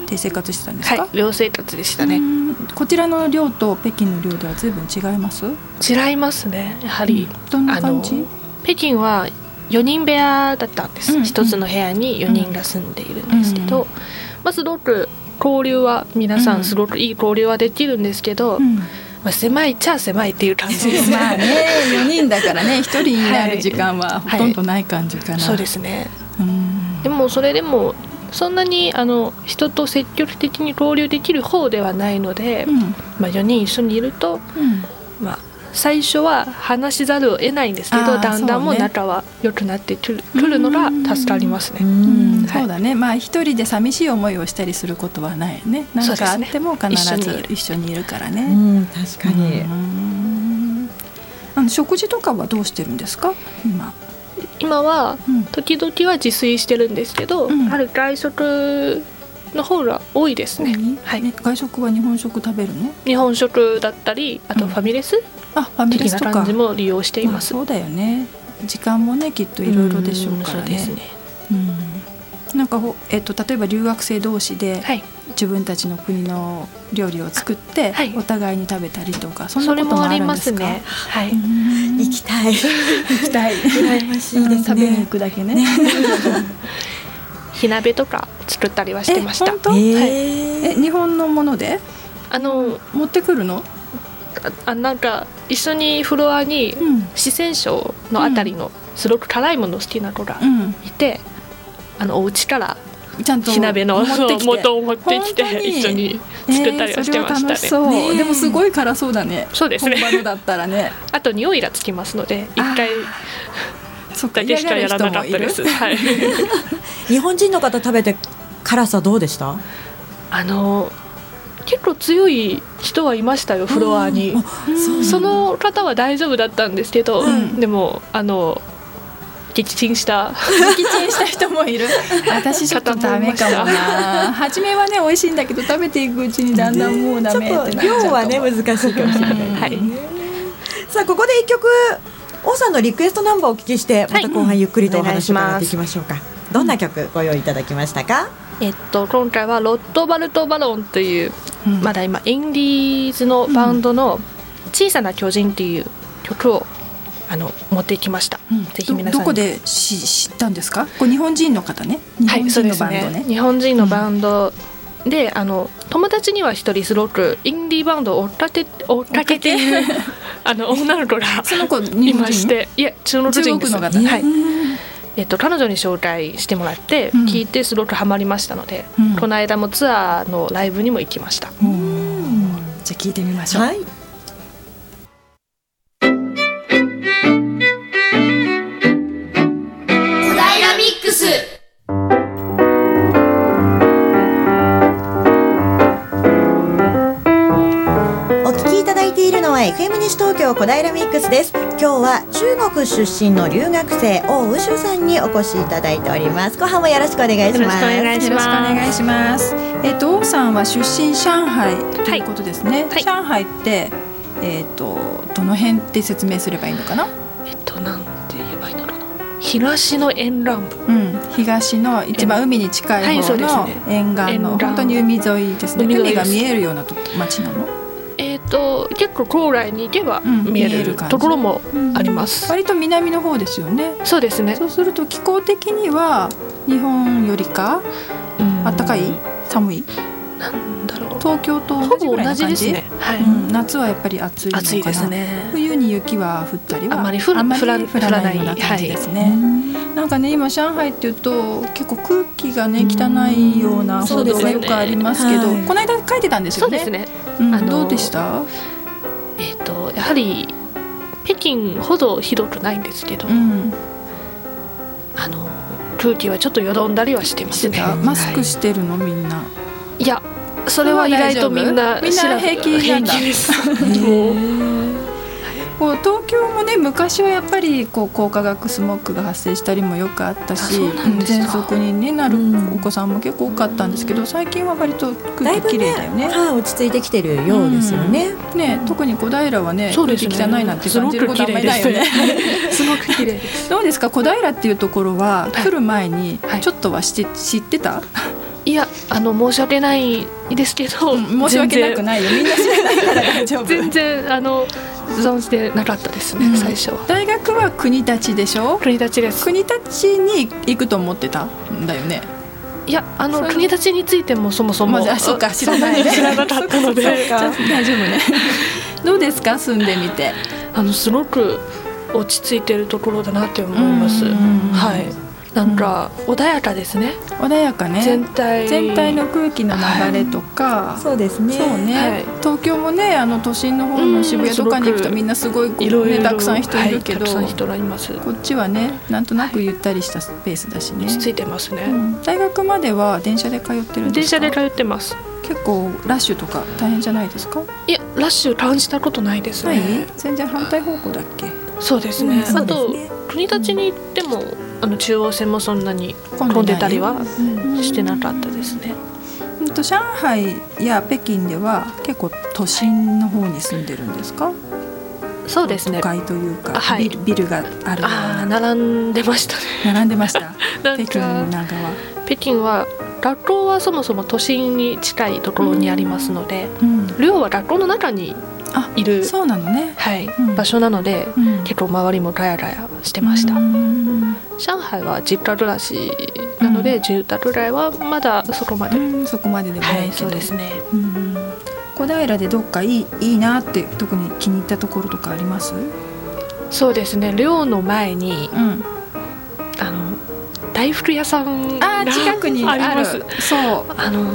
S1: で生活してたんですか、
S7: はい寮生活でしたね、
S1: うんこちらの寮と北京の寮では随分違います
S7: 違いますねやはり、
S1: どんな感
S7: あ
S1: じ
S7: の北京は4人部屋だったんです、
S1: うんうん
S7: 一つの部屋に4人が住んでいるんですけど、
S1: うん
S7: まあ、すごく交流は皆さんすごくいい交流はできるんですけど、
S1: うん
S7: まあ、狭いっちゃ狭いっていう感じですね。
S1: まあね4人だからね1人になる時間は
S7: はい
S1: ほとんどない感じかな、
S7: そうですね
S1: うん
S7: でもそれでもそんなにあの人と積極的に交流できる方ではないので、
S1: うん
S7: まあ、4人一緒にいると、
S1: うん
S7: まあ、最初は話しざるを得ないんですけ
S1: あ
S7: ど
S1: ー
S7: だんだんも
S1: そう
S7: う
S1: ね
S7: 仲は良くなってくる,、くるのが助かりますね。
S1: うん
S7: はい
S1: そうだねまあ一人で寂しい思いをしたりすることはないね
S7: そ
S1: 何
S7: うで
S1: かあ
S7: す
S1: っ
S7: ね
S1: ても必
S7: 一緒にい
S1: ず
S7: る
S1: 一緒にいるからね、
S3: うん確かに
S1: うんあの食事とかはどうしてるんですか今、
S7: 今は
S1: うん
S7: 時々は自炊してるんですけど、
S1: うん
S7: ある外食の方が多いですね、はい、
S1: ね外食は日本食食べるの
S7: 日本食だったりあとファミレス
S1: あファミレ
S7: 的
S1: ス
S7: な
S1: と
S7: 感
S1: か
S7: じも利用しています、
S1: まあそうだよね時間もねきっといろいろでしょうか
S7: そ
S1: ら
S7: うで
S1: ね
S7: すね
S1: うんなんかほ、えっと例えば留学生同士で、
S7: はい
S1: 自分たちの国の料理を作って、
S7: はい
S1: お互いに食べたりとかそん
S7: そ
S1: なこ
S7: れ
S1: と
S7: も
S1: も
S7: あ
S1: あ
S7: り
S1: るん
S7: ま
S1: ですすか
S7: ねはい、
S1: うん
S3: 行きたい
S1: 行きたい
S3: 羨ましいですね
S1: 食べに行くだけね
S7: 火鍋とか作ったりはしてました
S1: え本。当、
S2: え
S1: え日本のもので
S7: あの
S1: 持ってくるの？
S7: ああなんか一緒にフロアに
S1: うん
S7: 四川省のあたりのすごく辛いもの好きな子が
S1: うん
S7: いて、あのお家から
S1: ちゃんと
S7: 火鍋の
S1: 持ってきて
S7: そう元を持ってきて
S1: 本当に
S7: 一緒に作ったりはしてましたね。
S1: えーそれは楽しそう。でもすごい辛そうだね。
S7: そうですね
S1: 本場のだったら ね。
S7: あと匂いがつきますので
S1: あー
S7: 一回
S1: そっか
S7: だけしかやらなかったです。
S1: 嫌がる人もい
S7: はい。
S1: る
S2: 日本人の方食べて辛さどうでした
S7: あの結構強い人はいましたよフロアに。
S2: そう
S7: その方は大丈夫だったんですけど、
S1: ん
S7: でもあの撃沈した
S1: 撃沈した人もいる。 私ちょっとダ メかもな。初めはね美味しいんだけど食べていくうちにだんだんもうダメって
S2: ちょ
S1: な
S2: っ
S1: っち
S2: と
S1: ゃう
S2: 量はね
S1: と思う
S2: 難しいかもしれない
S1: うん
S7: はい
S2: さあここで一曲王さんのリクエストナンバーをお聞きしてまた後半ゆっくりとお話を伺っていきましょうか、
S3: どんな曲ご用意いただきましたか、
S7: えっと今回はロットバルトバロンという、
S1: うん
S7: まだ今インディーズのバンドの小さな巨人っていう曲をあの持ってきました。
S1: うん
S7: ぜひ皆さんに
S1: どどこでし知ったんですか？これ日本人の方ね。日
S7: は
S1: 本
S7: い、そう
S1: 人
S7: で
S1: の
S7: す
S1: バンド
S7: ね。
S1: ね。
S7: 日本人のバンドで、あの友達には一人すごくインディーバンドを追っかけ追っかけている あの女の子が
S1: その子日本人
S7: いまして、いや中国人です。
S1: 中国の方
S7: はい。
S1: うん
S7: えっと、彼女に紹介してもらって
S1: うん
S7: 聞いてすごくハマりましたので、
S1: うん
S7: この間もツアーのライブにも行きました、
S1: じゃあ聞いてみましょう。
S2: はい
S6: 小平ミックス
S3: お聞きいただいているのは FM 西東京小平ミックスです今日は中国出身の留学生王宇宙さんにお越しいただいております後半もよろしくお願いします
S7: い
S1: よろしくお願いします。えっと王さんは出身上海ということですね。
S7: はい
S1: 上海ってえっ、とどの辺って説明すればいいのかな？
S7: えっとなんて言えばいいのかな東の沿岸部
S1: うん、東の一番海に近
S7: はいいそ
S1: 方
S7: うです
S1: の
S7: ね
S1: 沿岸
S7: 沿
S1: の
S7: 岸
S1: 本当に海沿いですね。
S7: 海沿いで
S1: 海
S7: す
S1: が見えるようなと町なの。
S7: えっと結構郊外に行けば
S1: うん
S7: 見え
S1: 見える
S7: る
S1: 感じ
S7: ところもあります、
S1: 割と南の方ですよね。
S7: そうですね
S1: そうすると気候的には日本よりか
S7: うん
S1: 暖かい寒い
S7: なんだろう
S1: 東京と
S7: ほ
S1: 同じぐ
S7: ぼ
S1: らい
S7: 同
S1: の
S7: じで
S1: 感
S7: す
S1: じ
S7: ね。はい、
S1: うん、夏はやっぱり暑いのかな。
S7: 暑いですね
S1: 冬に雪は降ったりは
S7: あまり降ら
S1: 降
S7: 降
S1: ら
S7: ら
S1: ないような感じですね、なんかね今上海っていうと結構空気がね汚いような報道がよくありますけ
S2: そ
S1: ど、
S2: うですね
S1: この間書いてたんです
S7: そ
S1: よ
S7: う
S1: ね
S7: ですね
S1: うん
S7: あの
S1: どうでした、
S7: えっとやはり北京ほどひどくないんですけど、
S1: うん、
S7: あの空気はちょっとよどんだりはしてま
S1: して
S7: すね
S1: たマスク
S7: は
S1: してるのみんな、
S7: い、いやそれは意外とみんな
S1: それは大丈夫み
S7: 知らず
S1: んな平気なんだ
S7: 平気です もう
S1: こう東京もね昔はやっぱりこう光化学スモッグが発生したりもよくあったし
S7: あそうなんです
S1: 喘
S7: か
S1: 息に、ね、なる
S2: うん
S1: お子さんも結構多かったんですけど最近は割と空気きれいだよね
S3: はい、落ち着いてきてるようですよね、
S1: ね、特に小平はね、
S7: そう
S1: 空
S7: で
S1: 気
S7: す
S1: 汚
S7: ね
S1: いなって感じることあんまりないよね。
S7: す ごく綺麗です
S1: どうですか、小平っていうところは、
S7: はい
S1: 来る前に
S7: は、い
S1: ちょっとはして、知ってた。
S7: いやあの申し訳ないですけど、
S1: 申し訳なくないよ、みんな知らないから大丈夫。
S7: 全然全然あの存じてなかったですね、
S1: うん
S7: 最初は
S1: 大学は国立でしょ
S7: 国立です
S1: 国立に行くと思ってたんだよね。
S7: いやあ
S1: そ
S7: の
S1: れ
S7: 国立についてもそもそも、
S1: まず、あ、そうか、知らないね。
S7: 知らなかったので
S1: そうかそうか大丈夫ね。どうですか、住んでみて。
S7: あのすごく落ち着いてるところだなって思います、
S1: うんうんうん
S7: はいなんか穏やかですね、
S1: 穏やか
S7: 全
S1: ね。
S7: 体
S1: 全体の空気の流れとか。
S2: そうですね
S1: そうね、
S7: はい
S1: 東京もねあの都心の方の渋谷とかに行くと
S7: うん
S1: みんなすごいこう
S7: いろいろ、
S1: ね、たくさん人いるけど、
S7: はいたくさん人がいます
S1: こっちはねなんとなくゆったりしたスペースだしね、
S7: 落ち着いてますね、
S1: うん大学までは電車で通ってるんで
S7: 電
S1: すか
S7: 車で通ってます
S1: 結構ラッシュとか大変じゃないですか
S7: いやラッシュ感じたことないです
S1: ない
S7: ね
S1: 全然反対方向だっけ
S7: そうですね、
S2: うん
S7: あと、
S2: そうです
S7: 国立に行っても、あの中央線もそんなに
S1: 混んでない
S7: 混んでたりはしてなかったですね、
S1: うんと上海や北京では結構都心の方に住んでるんですか、
S7: そうです
S1: 都
S7: ね
S1: 会というか、
S7: はい
S1: ビルビルがあるよう
S7: ああ
S1: な
S7: 並んでましたね
S1: 並んで ました
S7: な
S1: 北
S7: ん
S1: 京
S7: か
S1: なんかは、
S7: 北京は学校はそもそも都心に近いところにありますので、
S1: うん、
S7: 寮は学校の中に
S1: あ
S7: いる、
S1: そうなのね、
S7: はい
S1: ん
S7: 場所なので、
S1: うん
S7: 結構周りもガヤガヤしてました、
S1: うん
S7: 上海は実家暮らしなので、住宅街はまだそこまで、
S1: うんそこまででも
S7: は
S1: ない
S7: い
S1: け
S7: そ
S1: ど、
S7: うですね
S1: うん小平でどっかいいいいなって特に気に入ったところとかあります？う
S7: そうですね寮の前に
S1: ん。
S7: あの大福屋さんが
S1: あー近くにあ
S7: あり
S1: る。
S7: ます
S1: そう。
S7: あの、うん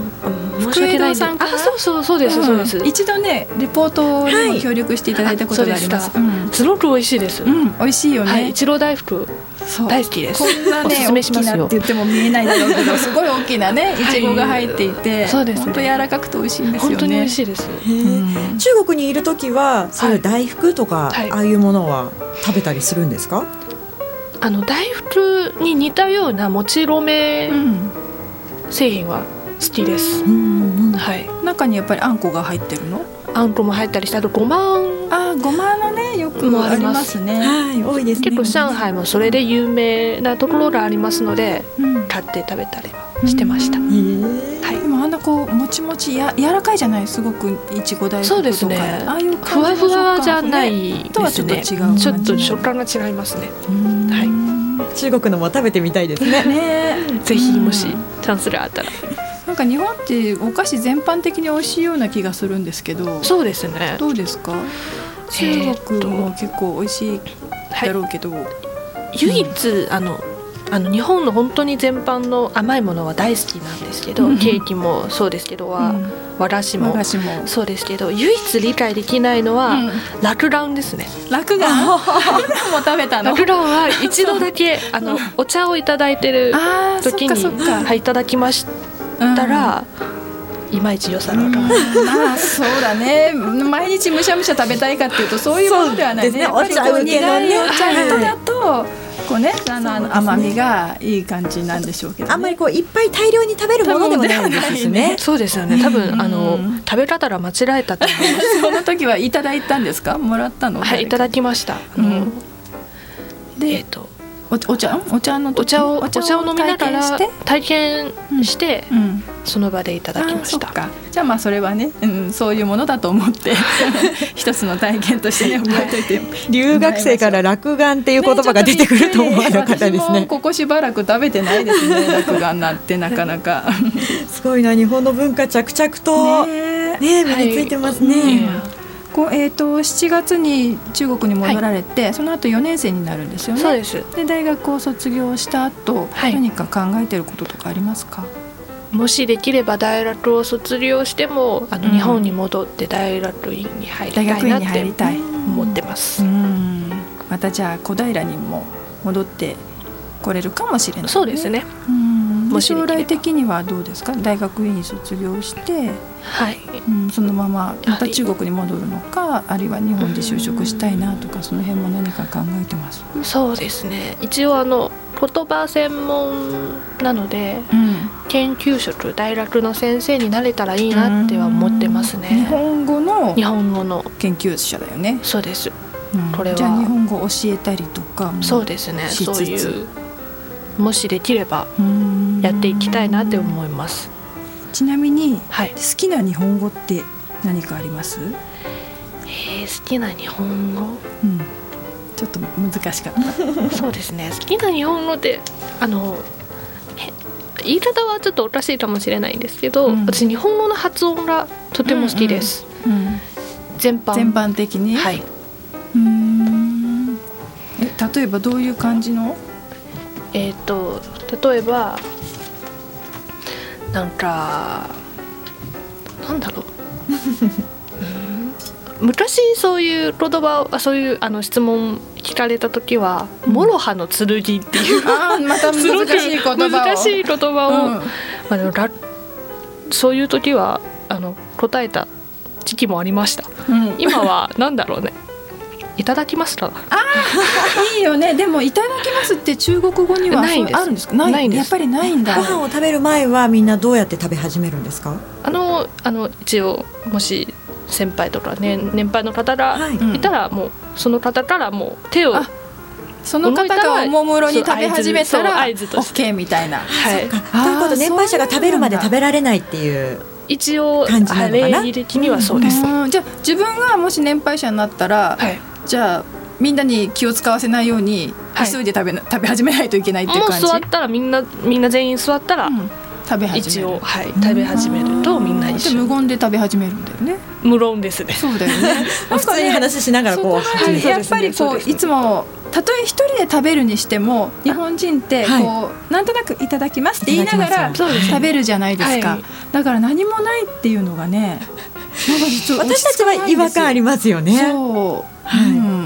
S7: 申し訳ないんで
S1: 福江堂さんかな
S7: あそうそうそうです、そうです
S1: ん一度ねレポートにも協力していただいたことがあります。
S7: はすごく美味しいです、
S1: うん、うん、美味しいよね。
S7: はい一郎大福
S1: そう
S7: 大好きです
S1: こんな
S7: おす
S1: ね
S7: すめ
S1: 大
S7: し
S1: き
S7: ます
S1: な
S7: よ
S1: って言っても見えないだろうけどすごい大きなねいちごが入っていて、
S7: そうですね
S1: 本当柔らかくて美味しいんですよね。
S7: 本当に美味しいです
S1: うん
S2: 中国にいる時はそういう大福とか、
S7: はい
S2: ああいうものは食べたりするんですか、
S7: あの大福に似たようなもち米製品は好きです、
S2: うんうん
S7: はい
S1: うん中にやっぱりあんこが入ってるの？
S7: あんこも入ったりしてあとごまあん
S1: あー、ごまのねよくありますね。
S2: はい多いですね
S7: 結構上海もそれで有名なところがありますので
S1: うん
S7: 買って食べたりはしてました、
S1: うん
S2: へえ
S7: はい
S1: でもあんなこうもちもちや柔らかいじゃないすごくいちご大福とか
S7: そうですね
S1: ああい
S7: ふ
S1: う感
S7: わ
S1: じの
S7: ふ
S1: 食感
S7: わじゃな
S1: ね
S7: い
S1: と
S7: で
S1: はち
S7: す
S1: ょっと
S7: ね
S1: 違う感じ
S7: ちょっと
S1: の
S7: 食感が違いますね
S1: うん
S7: はい
S2: 中国のも食べてみたいですね
S1: ね
S7: ぜひもし
S1: う
S7: チ
S1: ん
S7: ャンスがあったら
S1: なんか日本ってお菓子全般的に美味しいような気がするんですけど
S7: そうですね
S1: どうですか
S7: えー
S1: 中
S7: っと
S1: 国も結構美味しい
S7: はい
S1: だろうけど、
S7: 唯一あのあの日本の本当に全般の甘いものは大好きなんですけど、
S1: うん
S7: ケーキもそうですけどは、
S1: うん
S7: 和菓子
S1: 和
S7: も
S1: 菓子も
S7: そうですけど唯一理解できないのは、
S1: うん
S7: 落卵ですね
S1: 落眼落眼も食べたの
S7: 落卵は一度だ けあのお茶をいただいてる
S1: あーそっ
S7: 時
S1: か
S7: に
S1: そっか、
S7: はいいただきまし
S1: うん
S7: たら、いまいち良さがわ
S1: う
S7: か
S1: ん
S7: らない
S1: まあそうだね毎日むしゃむしゃ食べたいかっていうとそういうものではないねやっ
S2: そう
S1: ぱ
S2: で
S1: りこう
S2: すねお茶受けの
S1: 苦
S2: ね
S1: いお茶とだとこうねあのあの甘みがいい感じなんでしょうけど、ね、
S2: あんまりこういっぱい大量に食べるものでもないですしね
S7: そうですよね多分、
S1: うん
S7: あの食べ方が間違えたと思います
S1: その時はいただいたんですかもらったの
S7: はいいただきました、あ
S1: う
S7: の
S1: ん
S7: えっ、
S1: で
S7: と
S1: おお茶お茶の
S7: お
S1: 時
S7: 茶をお茶を飲みなが
S1: 体
S7: ら
S1: 験して
S7: 体験して、
S1: うん
S7: その場でいただきまし。
S1: あーそったかじゃあまあそれはね、うん、そういうものだと思って一つの体験としてね覚えといて
S2: 留学生から落眼っていう言葉が出てくると思わなかったで
S1: ねちょっとびっくり
S2: す
S1: 私も
S2: ね
S1: ここしばらく食べてないですね落眼なんてなかなか
S2: すごいな日本の文化着々とね
S1: ね
S2: え身についてますね、
S1: えこうえー、と7月に中国に戻られて、その後4年生になるんですよね
S7: そうです。
S1: で大学を卒業した後、
S7: はい
S1: 何か考えてることとかありますか
S7: もしできれば大学を卒業してもあの、
S1: うん
S7: 日本に戻って大学院に入りた
S1: 大学
S7: い
S1: 院
S7: なっ
S1: に入り
S7: て
S1: たい、
S7: 思ってます。
S1: うんまたじゃあ小平にも戻ってこれるかもしれない、
S7: そうです。ね。
S1: うん
S7: もしでき
S1: 将
S7: れば
S1: 来的にはどうですか大学院卒業して、
S7: はい。
S1: うん、そのまままた中国に戻るのかあるいは日本で就職したいなとかその辺も何か考えてます、
S7: そうですね。一応あの言葉専門なので
S1: うん、
S7: 研究職大学の先生になれたらいいなっては思ってます
S1: 日
S7: ね。
S1: 本語の
S7: 日本語の
S1: 研究者だよね、
S7: そうです。
S1: うん
S7: これは
S1: じゃあ日本語教えたりとかも
S7: そうですね。
S1: しつつ
S7: そういうもしできれば
S1: うん
S7: やっていきたいなって思います。
S1: ちなみに
S7: はい
S1: 好。きな日本語って何かあります、うん、
S7: えー好きな日本語
S1: ちょっと難しかった
S7: そうですね好きな日本語ってあのへ言い方はちょっとおかしいかもしれないんですけど、
S1: うん
S7: 私日本語の発音がとても好きです、
S1: うん
S7: 全般
S1: 全般的に、
S7: はい、
S1: うーんえ例えばどういう感じの
S7: えっ、と例えばなんかなんだろう うん昔そういう言葉をあそういうあの質問聞かれた時は「もろはの剣」っていう
S1: あーまた
S7: すごく
S1: 難しい言葉を
S7: 難しい言葉を、
S1: うん
S7: まあ、でもらそういう時はあの答えた時期もありました
S1: うん
S7: 今はなんだろうねいただきますか
S1: いいよねでも「いただきます」って中国語には
S7: ないんです
S1: そうあるんですかない
S7: ないんです
S1: やっぱりないんだ
S2: ご飯を食べる前はみんなどうやって食べ始めるんですか
S7: あのあの一応もし先輩とか、ね、年配の方
S2: は
S7: が
S2: い
S1: うん
S7: いたらもうその方からもう手を
S1: あその方がおもむろに食べ始めたら
S7: そう合図そう合図として
S1: OK みたいな
S7: はい
S2: ということで年配者が食べるまで食べられないっていう
S7: 一応
S2: 感じなのかな
S7: 礼儀的にはそうです、
S1: うんじゃあ自分がもし年配者になったら、
S7: はい
S1: じゃあみんなに気を使わせないように、
S7: はい
S1: 急いで食べな食べ始めないといけないっていう
S7: もう
S1: 感じ。
S7: 座ったらみんなみんな全員座ったら、
S1: うん食べ始
S7: 一
S1: める
S7: 応。はい食べ始めるとみんな一
S1: で
S7: 緒
S1: 無言で食べ始めるんだよね。
S7: 無論ですね
S1: そうだよ ね。
S2: 普通に話しながらこう
S1: そこ
S7: は
S1: が
S7: い
S1: やっぱり
S7: そう
S1: こ
S7: で
S1: う
S7: すね
S1: いつもたとえ一人で食べるにしても日本人ってこう、
S2: はい
S1: なんとなくいただきますって言いながら
S2: いただきます
S7: よそうですね
S1: 食べるじゃないですか、
S7: はい
S1: だから何もないっていうのがねなんか実は落ち
S2: 私た
S1: 着
S2: ち
S1: か
S2: は
S1: ないん
S2: 違
S1: で
S2: 和
S1: すよ
S2: 感ありますよね。
S1: そう、
S2: はい
S1: うん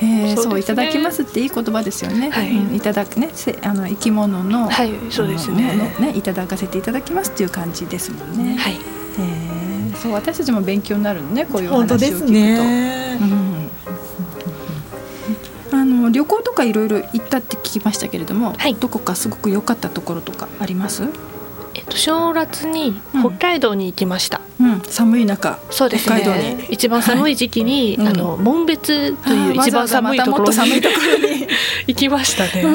S1: へえ
S7: そうですね
S1: そういただきますっていい言葉ですよね、
S7: はい
S1: うんいただくねせあの生き物の、
S7: はいそうです
S1: あのも
S7: ね
S1: のねいただかせていただきますっていう感じですもんね、
S7: はい
S1: へえそう私たちも勉強になるねこういうお
S2: 本当で
S1: 話を聞く
S2: す
S1: と。
S2: ね
S1: う。んあの旅行とかいろいろ行ったって聞きましたけれども、
S7: はい
S1: どこかすごく良かったところとかあります？
S7: えっと正月に
S1: うん
S7: 北海道に行きました、
S1: うん、寒い中、
S7: そうですね
S1: 北海道に
S7: 一番寒い時期に、
S1: はい
S7: あの紋別という
S1: あー
S7: 一番寒いとこ
S1: わ
S7: ろ
S1: ざわざまたもっと寒い
S7: に
S1: ところに
S7: 行きましたね、
S1: う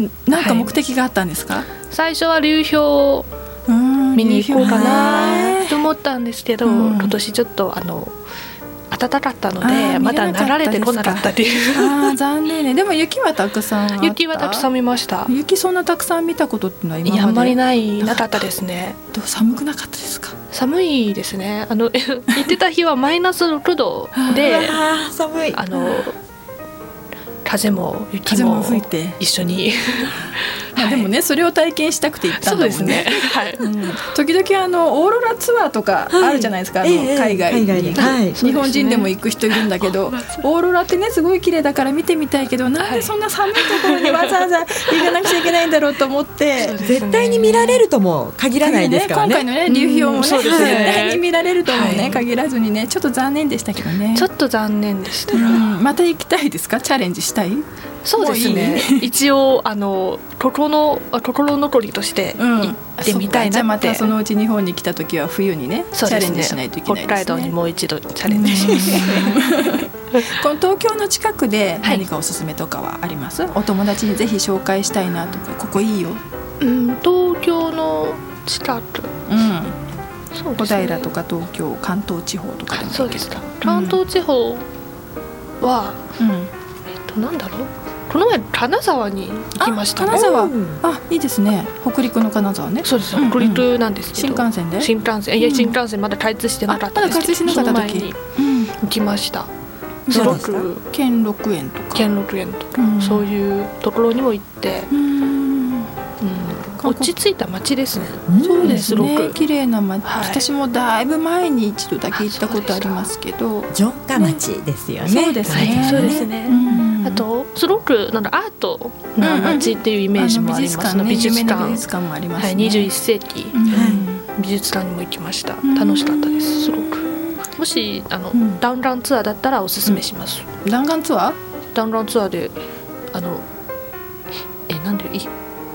S1: ん、なんか目的があったんですか？
S7: 最初は流氷を
S1: うん
S7: 見に行こうかな
S1: ね
S7: と思ったんですけど、
S1: うん
S7: 今年ちょっとあの暖かかったの
S1: あ
S7: で
S1: ー
S7: まだ
S1: 見れな
S7: 慣
S1: かった
S7: られてこなかったっていう
S1: あー残念ね。でも雪はたくさんあった。
S7: 雪はたくさん見ました
S1: 雪そんなたくさん見たことってのはい今まで
S7: やあんまりないなかったですね
S1: どう寒くなかったですか？
S7: 寒いですねあの 行ってた日はマイナス6度で
S2: ああ寒い。
S7: あの風も雪
S1: 風
S7: も
S1: も吹いて。
S7: 一緒に
S1: まあでもね、それを体験したくて行った
S7: そ
S1: ん
S7: う
S1: だもん
S7: ですね はい
S1: 時々あのオーロラツアーとかあるじゃないですか、
S2: はい
S1: あの
S2: ええ
S1: 海外に,、
S2: 海外にはい
S1: 日本人でも行く人いるんだけど、オーロラってねすごい綺麗だから見てみたいけどなんでそんな寒いところにわざわざ行かなくちゃいけないんだろうと思って。
S7: そうですね
S2: 絶対に見られるとも限らないですから
S1: 今回
S2: ね。
S1: のね流氷も
S7: う
S1: ね
S7: んそうです
S1: 絶
S7: ね
S1: 対に見られるともね、
S7: はい
S1: 限らずにねちょっと残念でしたけどね
S7: ちょっと残念でした
S1: う
S7: が、
S1: んまた行きたいですかチャレンジしたい
S7: そうですね一応あの心のあ心残りとして行ってみたい
S1: そっかじゃ
S7: な
S1: あま
S7: って、
S1: たそのうち日本に来た時は冬にねチ
S7: そう
S1: ャ
S7: で
S1: レ
S7: す
S1: ンジ
S7: ね
S1: しないといけないですね
S7: 北海道にもう一度チャレンジします、
S1: この東京の近くで
S7: はい
S1: 何かおすすめとかはあります、お友達にぜひ紹介したいなとかここいいよ、
S7: うん、東京の近く
S1: うん、
S7: そうで
S1: 小
S7: すね
S1: 平とか東京関東地方とかでもいいけ
S7: そ
S1: ど
S7: うですか関東地方は、
S1: うん、
S7: えっとなんだろうこの前金沢に行きました
S1: あ金沢
S2: うん
S1: あいいですね北陸の金沢ね
S7: そうです
S1: うんうん
S7: 北陸なんですけ
S1: 新
S7: ど、
S1: 幹線で、
S7: 新幹線いや、
S1: うん
S7: 新幹線まだ開通してなかったんですけど
S1: あまだ開通してなかった時
S7: その前に
S1: うん、
S7: 行きました
S1: い
S7: す
S1: かが
S7: ご
S1: でした
S7: く
S1: 兼六園とか
S7: 兼六園とか、
S1: うん
S7: そういうところにも行って、
S1: うん
S7: うん落ち着いた街ですね
S1: そうです
S7: すご
S1: ね
S7: く
S1: 綺麗な街、
S7: はい
S1: 私もだいぶ前に一度だけ行ったことありますけど
S3: 城下町ですよね。
S1: そうですね
S3: はい
S7: そうですね
S1: うん
S7: あとすごくなんだアートな街っていうイメージもあります
S1: あ
S7: の
S1: の美
S7: 美
S1: 術
S7: 術
S1: 館ね有名な美
S7: 館
S1: 術館もありますね、
S7: はい、21世紀
S1: うん
S7: 美術館にも行きました
S1: ん
S7: 楽しかったですすごくもしあの、
S1: うん
S7: 弾丸ツアーだったらおすすめします、
S1: 弾丸ツアー
S7: 弾丸ツアーであのえなんでい
S1: い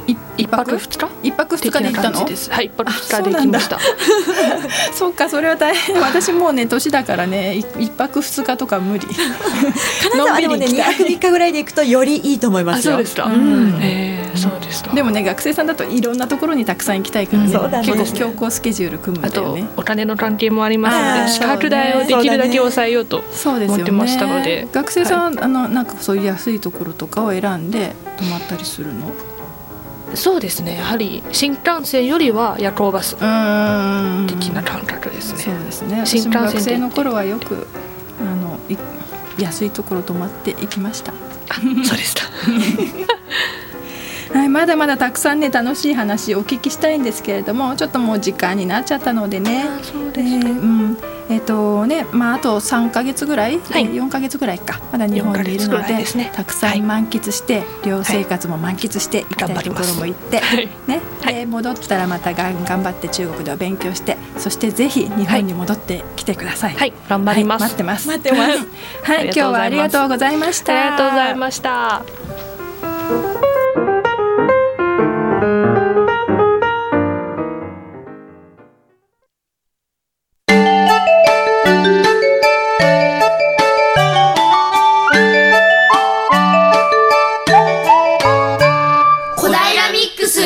S1: 一
S7: 一泊
S1: 泊
S7: 二日
S1: 一泊二
S7: 的
S1: 日で
S7: な
S1: 行った
S7: 感じ
S1: の
S7: ですはい一泊二
S1: あ
S7: 日で行きました
S1: そうかそれは大変私もうね年だからねい一泊二日とか無理
S2: 金沢でもね
S1: のんびり行き
S2: 2
S1: たい
S2: 泊3日ぐらいで行くとよりいいと思いま
S7: あ
S2: す
S7: そう
S2: よ
S7: で。すか、
S1: ん
S7: えーそうですか
S1: でもね学生さんだといろんなところにたくさん行きたいからね,、
S2: うんそうだね
S1: 結構強行スケジュール組む
S7: あ
S1: んだよ
S7: と
S1: ね
S7: お金の関係もあります
S1: あ
S7: の
S1: ー
S7: で
S1: そう
S7: 資
S1: ね
S7: 格代をできるだけ抑えようと
S1: そうですよね
S7: 持ってましたので
S1: 学生さん、あのなんかそういう安いところとかを選んで泊まったりするのう
S7: そうですねやはり新幹線よりは夜行バス
S1: ーん
S7: 的な感覚です
S1: そう
S7: ね、
S1: ですね
S7: 新
S1: 私
S7: 幹線
S1: も
S7: で
S1: 学生の頃はよくあのい安いところ泊まって行きました
S7: あそうでした
S1: はい、まだまだたくさんね楽しい話をお聞きしたいんですけれどもちょっともう時間になっちゃったのでね
S7: そう
S1: えーうんえっ、とねまああと3ヶ月ぐらい、
S7: はい
S1: 4ヶ月ぐらいかまだ日本にいる
S7: 4ヶ月ぐ
S1: の
S7: ら
S1: で
S7: いですね
S1: たくさ
S7: はい
S1: ん満喫して、寮生活も満喫して行きたいところも行って、
S7: はい
S1: ね、
S7: はい
S1: で戻ったらまたがん頑張って中国では勉強してそしてぜひ日本に戻ってきてください。
S7: はい頑張ります、
S1: はい待ってます。
S2: 待って ます
S1: はい、今日はありがとうございました。
S7: ありがとうございました。
S6: 小平ミックス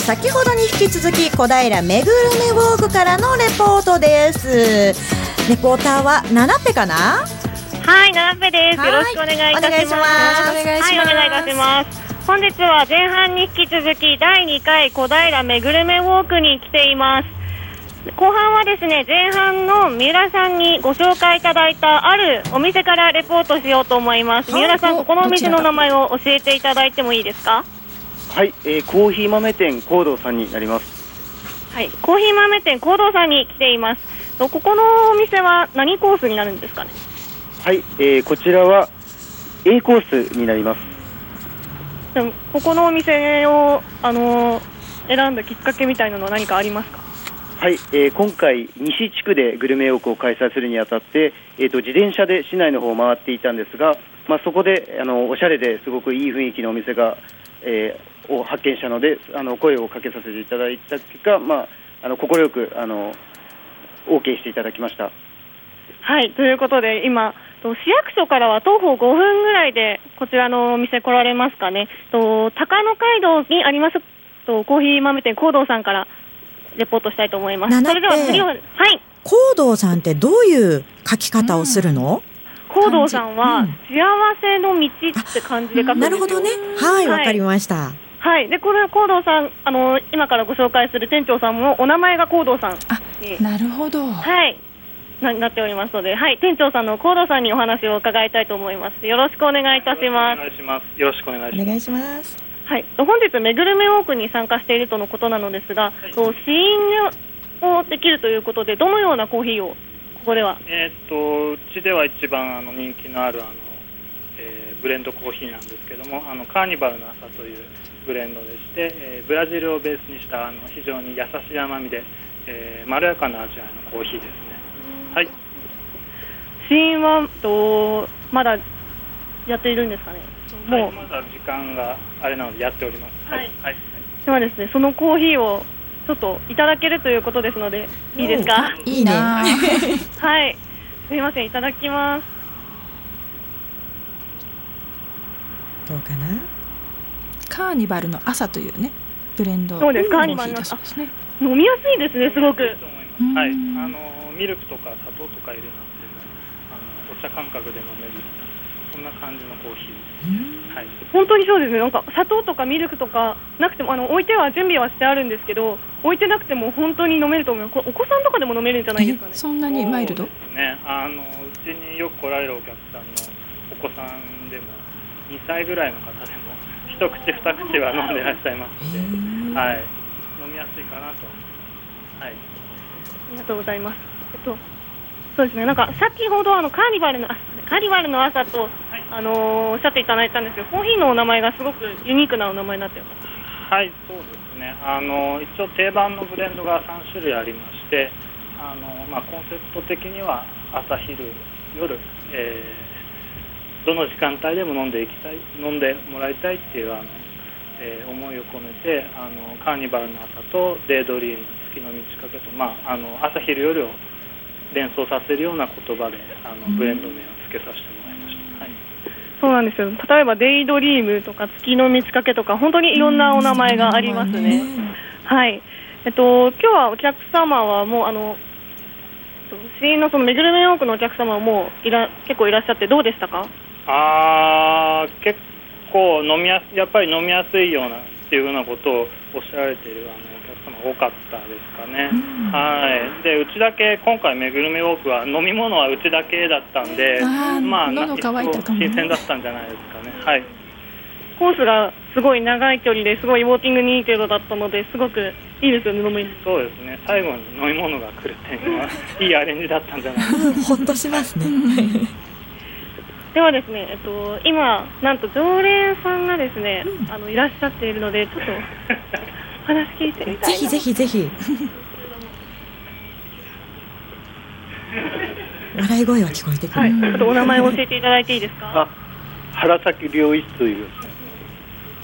S3: 先ほどに引き続き小平めぐるめウォークからのレポートですレポーターはナナペかな
S8: はい、ナナペです。
S3: はい
S8: よろしくお願いいたします。
S3: お
S1: 願いします
S8: はい、お願いいたします。本日は前半に引き続き第2回小平めぐるめウォークに来ています。後半はですね、前半の三浦さんにご紹介いただいたあるお店からレポートしようと思います。
S1: はい
S8: 三浦さん、
S1: お
S8: ここのお店
S1: ど
S8: の
S1: ちら
S8: 名前を教えていただいてもいいですか
S5: はい、えーコーヒー豆店高堂さんになります。
S8: はい、コーヒー豆店行動さんに来ています。とここのお店は何コースになるんですかね
S5: はい、えーこちらは A コースになります。
S8: でもここのお店を、あのー選んだきっかけみたいなのは何かありますか
S5: はい、えー今回西地区でグルメ王国を開催するにあたって、えー、と自転車で市内の方を回っていたんですが、まあ、そこであのおしゃれですごくいい雰囲気のお店が、えーを発見したのであの声をかけさせていただいた結果、まあ、あの快くあの OK していただきました。
S8: はい、ということで今と市役所からは徒歩5分ぐらいでこちらのお店来られますかねと高野街道にありますとコーヒー豆店行動さんからレポートしたいと思います
S3: 七
S8: それでは次ははい
S3: コードーさんってどういう書き方をするの、
S8: 行動さんは
S3: うん
S8: 「幸せの道」って漢字で書くんですよ
S3: なるほどねはいわ、かり
S8: ま
S3: ました
S8: すはい、でこれは行動さんあの今からご紹介する店長さんもお名前が行動さん
S1: あ
S8: に
S1: なるほど。
S8: はい。ななっておりますので、はい、店長さんの高田さんにお話を伺いたいと思います。よろしくお願いいたします。
S5: いします。よろしくお願い
S3: お願いします
S8: はい、本日めぐるめウォークに参加しているとのことなのですが、と試飲をできるということで、どのようなコーヒーをここでは、
S9: えーっとうちでは一番あの人気のあるあの、えーブレンドコーヒーなんですけどもあのカーニバルの朝というブレンドでして、えーブラジルをベースにしたあの非常に優しい甘みで、えーまろやかな味わいのコーヒーですねはい
S8: 試飲はとまだやっているんですかね。も
S9: も
S8: う
S9: う、まだ時間があれなのでやっております
S8: はい
S9: はい、
S8: ではですね、そのコーヒーをちょっといただけるということですので、いいですか。
S1: いいな。
S8: はい。すみません、いただきます。
S3: どうかな
S1: カーニバルの朝というねブレンド
S8: そうですカーニバルの
S1: の
S8: 朝
S1: ですね。
S8: 飲みやすいですね、すごく。
S9: と思い
S1: うん
S9: ますはいあのミルクとか砂糖とか入れなくてもあのお茶感覚で飲めるようなそんな感じのコーヒーはい
S8: 本当にそうですね、なんか砂糖とかミルクとかなくても、あの置いては準備はしてあるんですけど、置いてなくても本当に飲めると思います、これお子さんとかでも飲めるんじゃないですかね
S1: え。そんなにマイルド
S9: そう？ですねあのうちによく来られるお客さんのお子さんでも2歳ぐらいの方でも一口二口は飲んでらっしゃいますので、はい、飲みやすいかなと、はい、
S8: ありがとうございます。えっと、そうですね、なんか先ほどあのカーニバルのあカーニバルの朝と、あのーおっしゃっていただいたんですけど、コーヒーのお名前がすごくユニークなお名前になってます。
S9: はい、そうですね。あの一応定番のブレンドが3種類ありまして、あのまあコンセプト的には朝昼夜、えーどの時間帯でも飲んでいきたい、飲んでもらいたいっていうあの、えー思いを込めて、あのカーニバルの朝とデイドリーム月の満ち欠けとまああの朝昼夜を連想させるような言葉であのブレンド名を付けさせてもらいました。はい。
S8: そうなんですよ。例えばデイドリームとか月の満ち欠けとか、本当にいろんなお名前がありますね。はい。えっと今日はお客様はもうあの、市のそのめぐるめ多くのお客様はもういら結構いらっしゃってどうでしたか？
S9: あー結構飲みやすやっぱり飲みやすいようなっていうふうなことをおっしゃられているあのお客様多かったですかね、はいでうちだけ今回めぐるめウォークは飲み物はうちだけだったんで
S1: あー
S9: まあ
S1: 喉乾いたかもね
S9: 新鮮だったんじゃないですかねはい
S8: コースがすごい長い距離ですごいウォーキングにいい程度だったのですごくいいですよね飲み。
S9: そうですね最後に飲み物が来るっていうのはいいアレンジだったんじゃないですか
S3: ほっとしますね
S8: ではですねえっと今なんと常連さんがですね、あのいらっしゃっているのでちょっとお話聞いてみたい。
S3: ぜひぜひ ぜひ笑い声は聞こえてくる、
S8: はい。ちょっとお名前を教えていただいていいですか？
S5: あ原崎良一という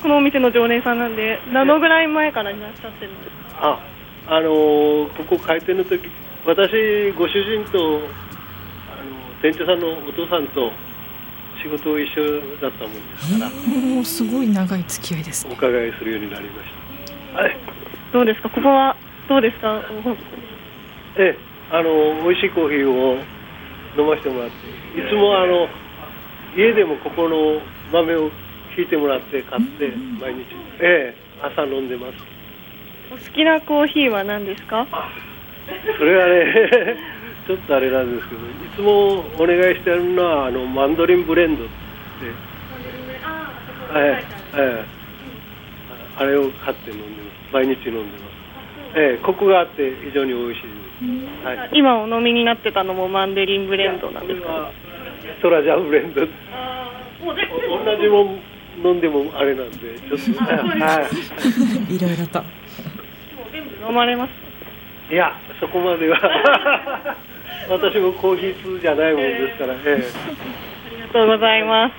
S8: このお店の常連さんなんで何のぐらい前からいらっしゃってるんですか？
S10: あ、あのーここ開店の時私ご主人とあの店長さんのお父さんと仕事を一緒だったもんですから
S1: もうすごい長い付き合いです
S10: お
S1: ね。
S10: 伺いするようになりました。はい、
S8: どうですかここはどうですか
S10: ええ、あの美味しいコーヒーを飲ませてもらって、いつもあの家でもここの豆をひいてもらって買って毎日、ええ、朝飲んでます。
S8: お好きなコーヒーは何ですか
S10: それはね、 ちょっとあれなんですけど、いつもお願いしてるのはあのマンドリンブレンドって言って、ええ、ええ、あれを買って飲んでます。毎日飲んでます。ええ、コクがあって非常に美味しいです。はい。
S8: 今お飲みになってたのもマンデリンブレンドなんですか
S10: トラジャーブレンド。お同じもん飲んでもあれなんで、ちょっと。はい。
S11: いろいろと。
S8: 飲まれます
S10: いや、そこまでは。 私もコーヒー通じゃないもんですから、ええ
S8: ありがとうございます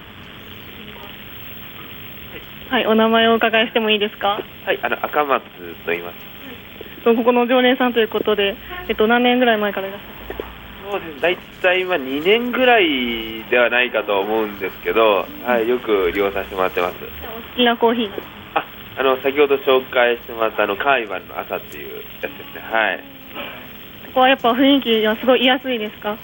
S8: はい、お名前をお伺いしてもいいですか
S12: はい、あの赤松と言います。
S8: とここの常連さんということで、えっと、何年ぐらい前からいらっしゃ
S12: そうですね。大体まあ2年ぐらいではないかと思うんですけど、はい、よく利用させてもらってます。
S8: る好きなコーヒー
S12: あの先ほど紹介してもらったあのカーニバルの朝っていうやつですね。はい。
S8: ここはやっぱ雰囲気がすごい居やすいですか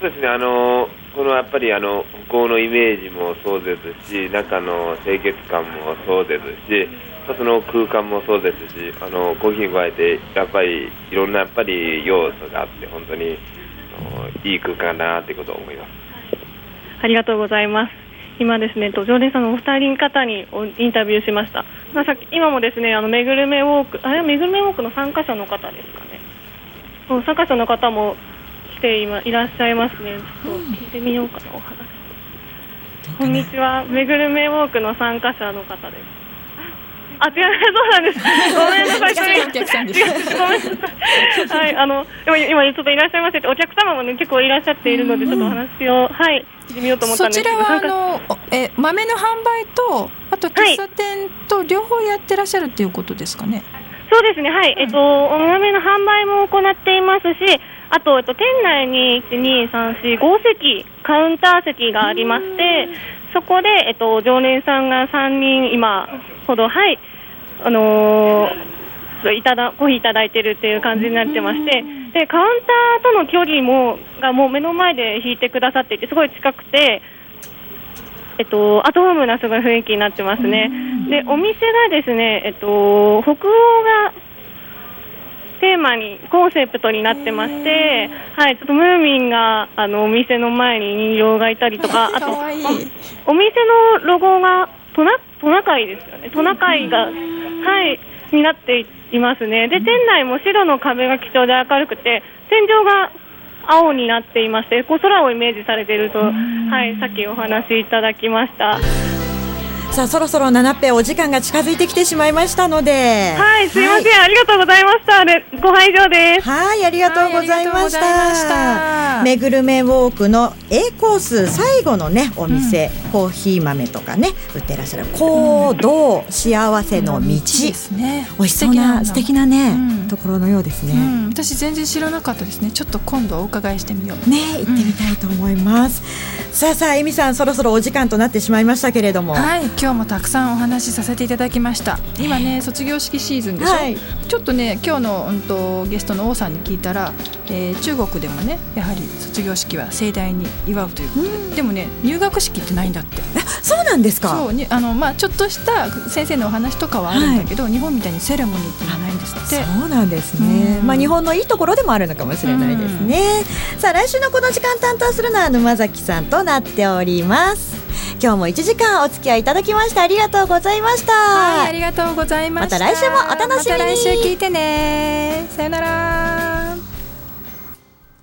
S12: そうですね。あのこのやっぱりあの北欧のイメージもそうですし、中の清潔感もそうですし、まあその空間もそうですし、あのコーヒーに加えてやっぱりいろんなやっぱり要素があって本当にあのいい空間だなってことを思います。
S8: ありがとうございます。今ですね、えっと常連さんのお二人方におインタビューしました。まあ、さっき今もですね、あのめぐるめウォーク、あれはめぐるめウォークの参加者の方ですかね。うん参加者の方も来て今いらっしゃいますね。ちょっと聞いてみようかなお話。こんにちは、めぐるめウォークの参加者の方です。あ、違う、そうなんです。ごめんなさい、それ
S1: お客さんです
S8: 違うごめんなさい。はい、あの、でも今ちょっといらっしゃいませって、お客様もね、結構いらっしゃっているので、ちょっとお話を、はい、してみようと思った
S1: そ
S8: んです
S1: ち
S8: けど。
S1: らはあ
S8: 参加
S1: のおえ豆の販売とあと喫茶店と両方やってらっしゃるっていうことですかね。
S8: そうですね、はい、えっと、お豆の販売も行っていますし、あと、えっと、店内に1、2、3、4、5席、カウンター席がありまして、そこで、えっと、常連さんが3人、今ほど、はい、あのーいただコーヒーいただいてるっていう感じになってまして、でカウンターとの距離もがもう目の前で引いてくださっていて、すごい近くて、えっと、アットホームなすごい雰囲気になってますね。で、お店がですね、えっと、北欧がテーマに、コンセプトになってまして、はい、ちょっとムーミンが、あの、お店の前に人形がいたりと か、あと、おお店のロゴがトナ、トナカイですよね。トナカイが、はい、になっていますね。で、店内も白の壁が基調で明るくて、天井が青になっていまして、こう空をイメージされていると、はい、さっきお話しいただきました。
S2: さあそろそろ七ペお時間が近づいてきてしまいましたので
S8: はい、すいません、ありがとうございました。でご拝聴です。
S2: はい、ありがとうございました。めぐるめウォークの A コース最後のねお店、コーヒー豆とかね売ってらっしゃる行動幸せの道、
S1: ね
S2: 美味しそうな素敵なね、ところのようですね、
S1: うん、私全然知らなかったですね。ちょっと今度お伺いしてみよう。
S2: ね行ってみたいと思います、さあさあえみさんそろそろお時間となってしまいましたけれども
S1: はい、今日もたくさんお話しさせていただきました。今ね、卒業式シーズンでしょ。
S2: はい
S1: ちょっとね、今日の、うんと、ゲストの王さんに聞いたら、えー中国でもね、やはり卒業式は盛大に祝うということで。でもね、入学式ってないんだって。
S2: そうなんですか
S1: そう、に、あの、まあ、ちょっとした先生のお話とかはあるんだけど、日本みたいにセレモニーっていうのはないんですって。
S2: そうなんですね、まあ、日本のいいところでもあるのかもしれないですね、さあ来週のこの時間担当するのは沼崎さんとなっております今日も1時間お付き合いいただきましてありがとうございました、
S1: はい、ありがとうございました。
S2: また来週もお楽しみに
S1: また来週聞いてね。さよなら。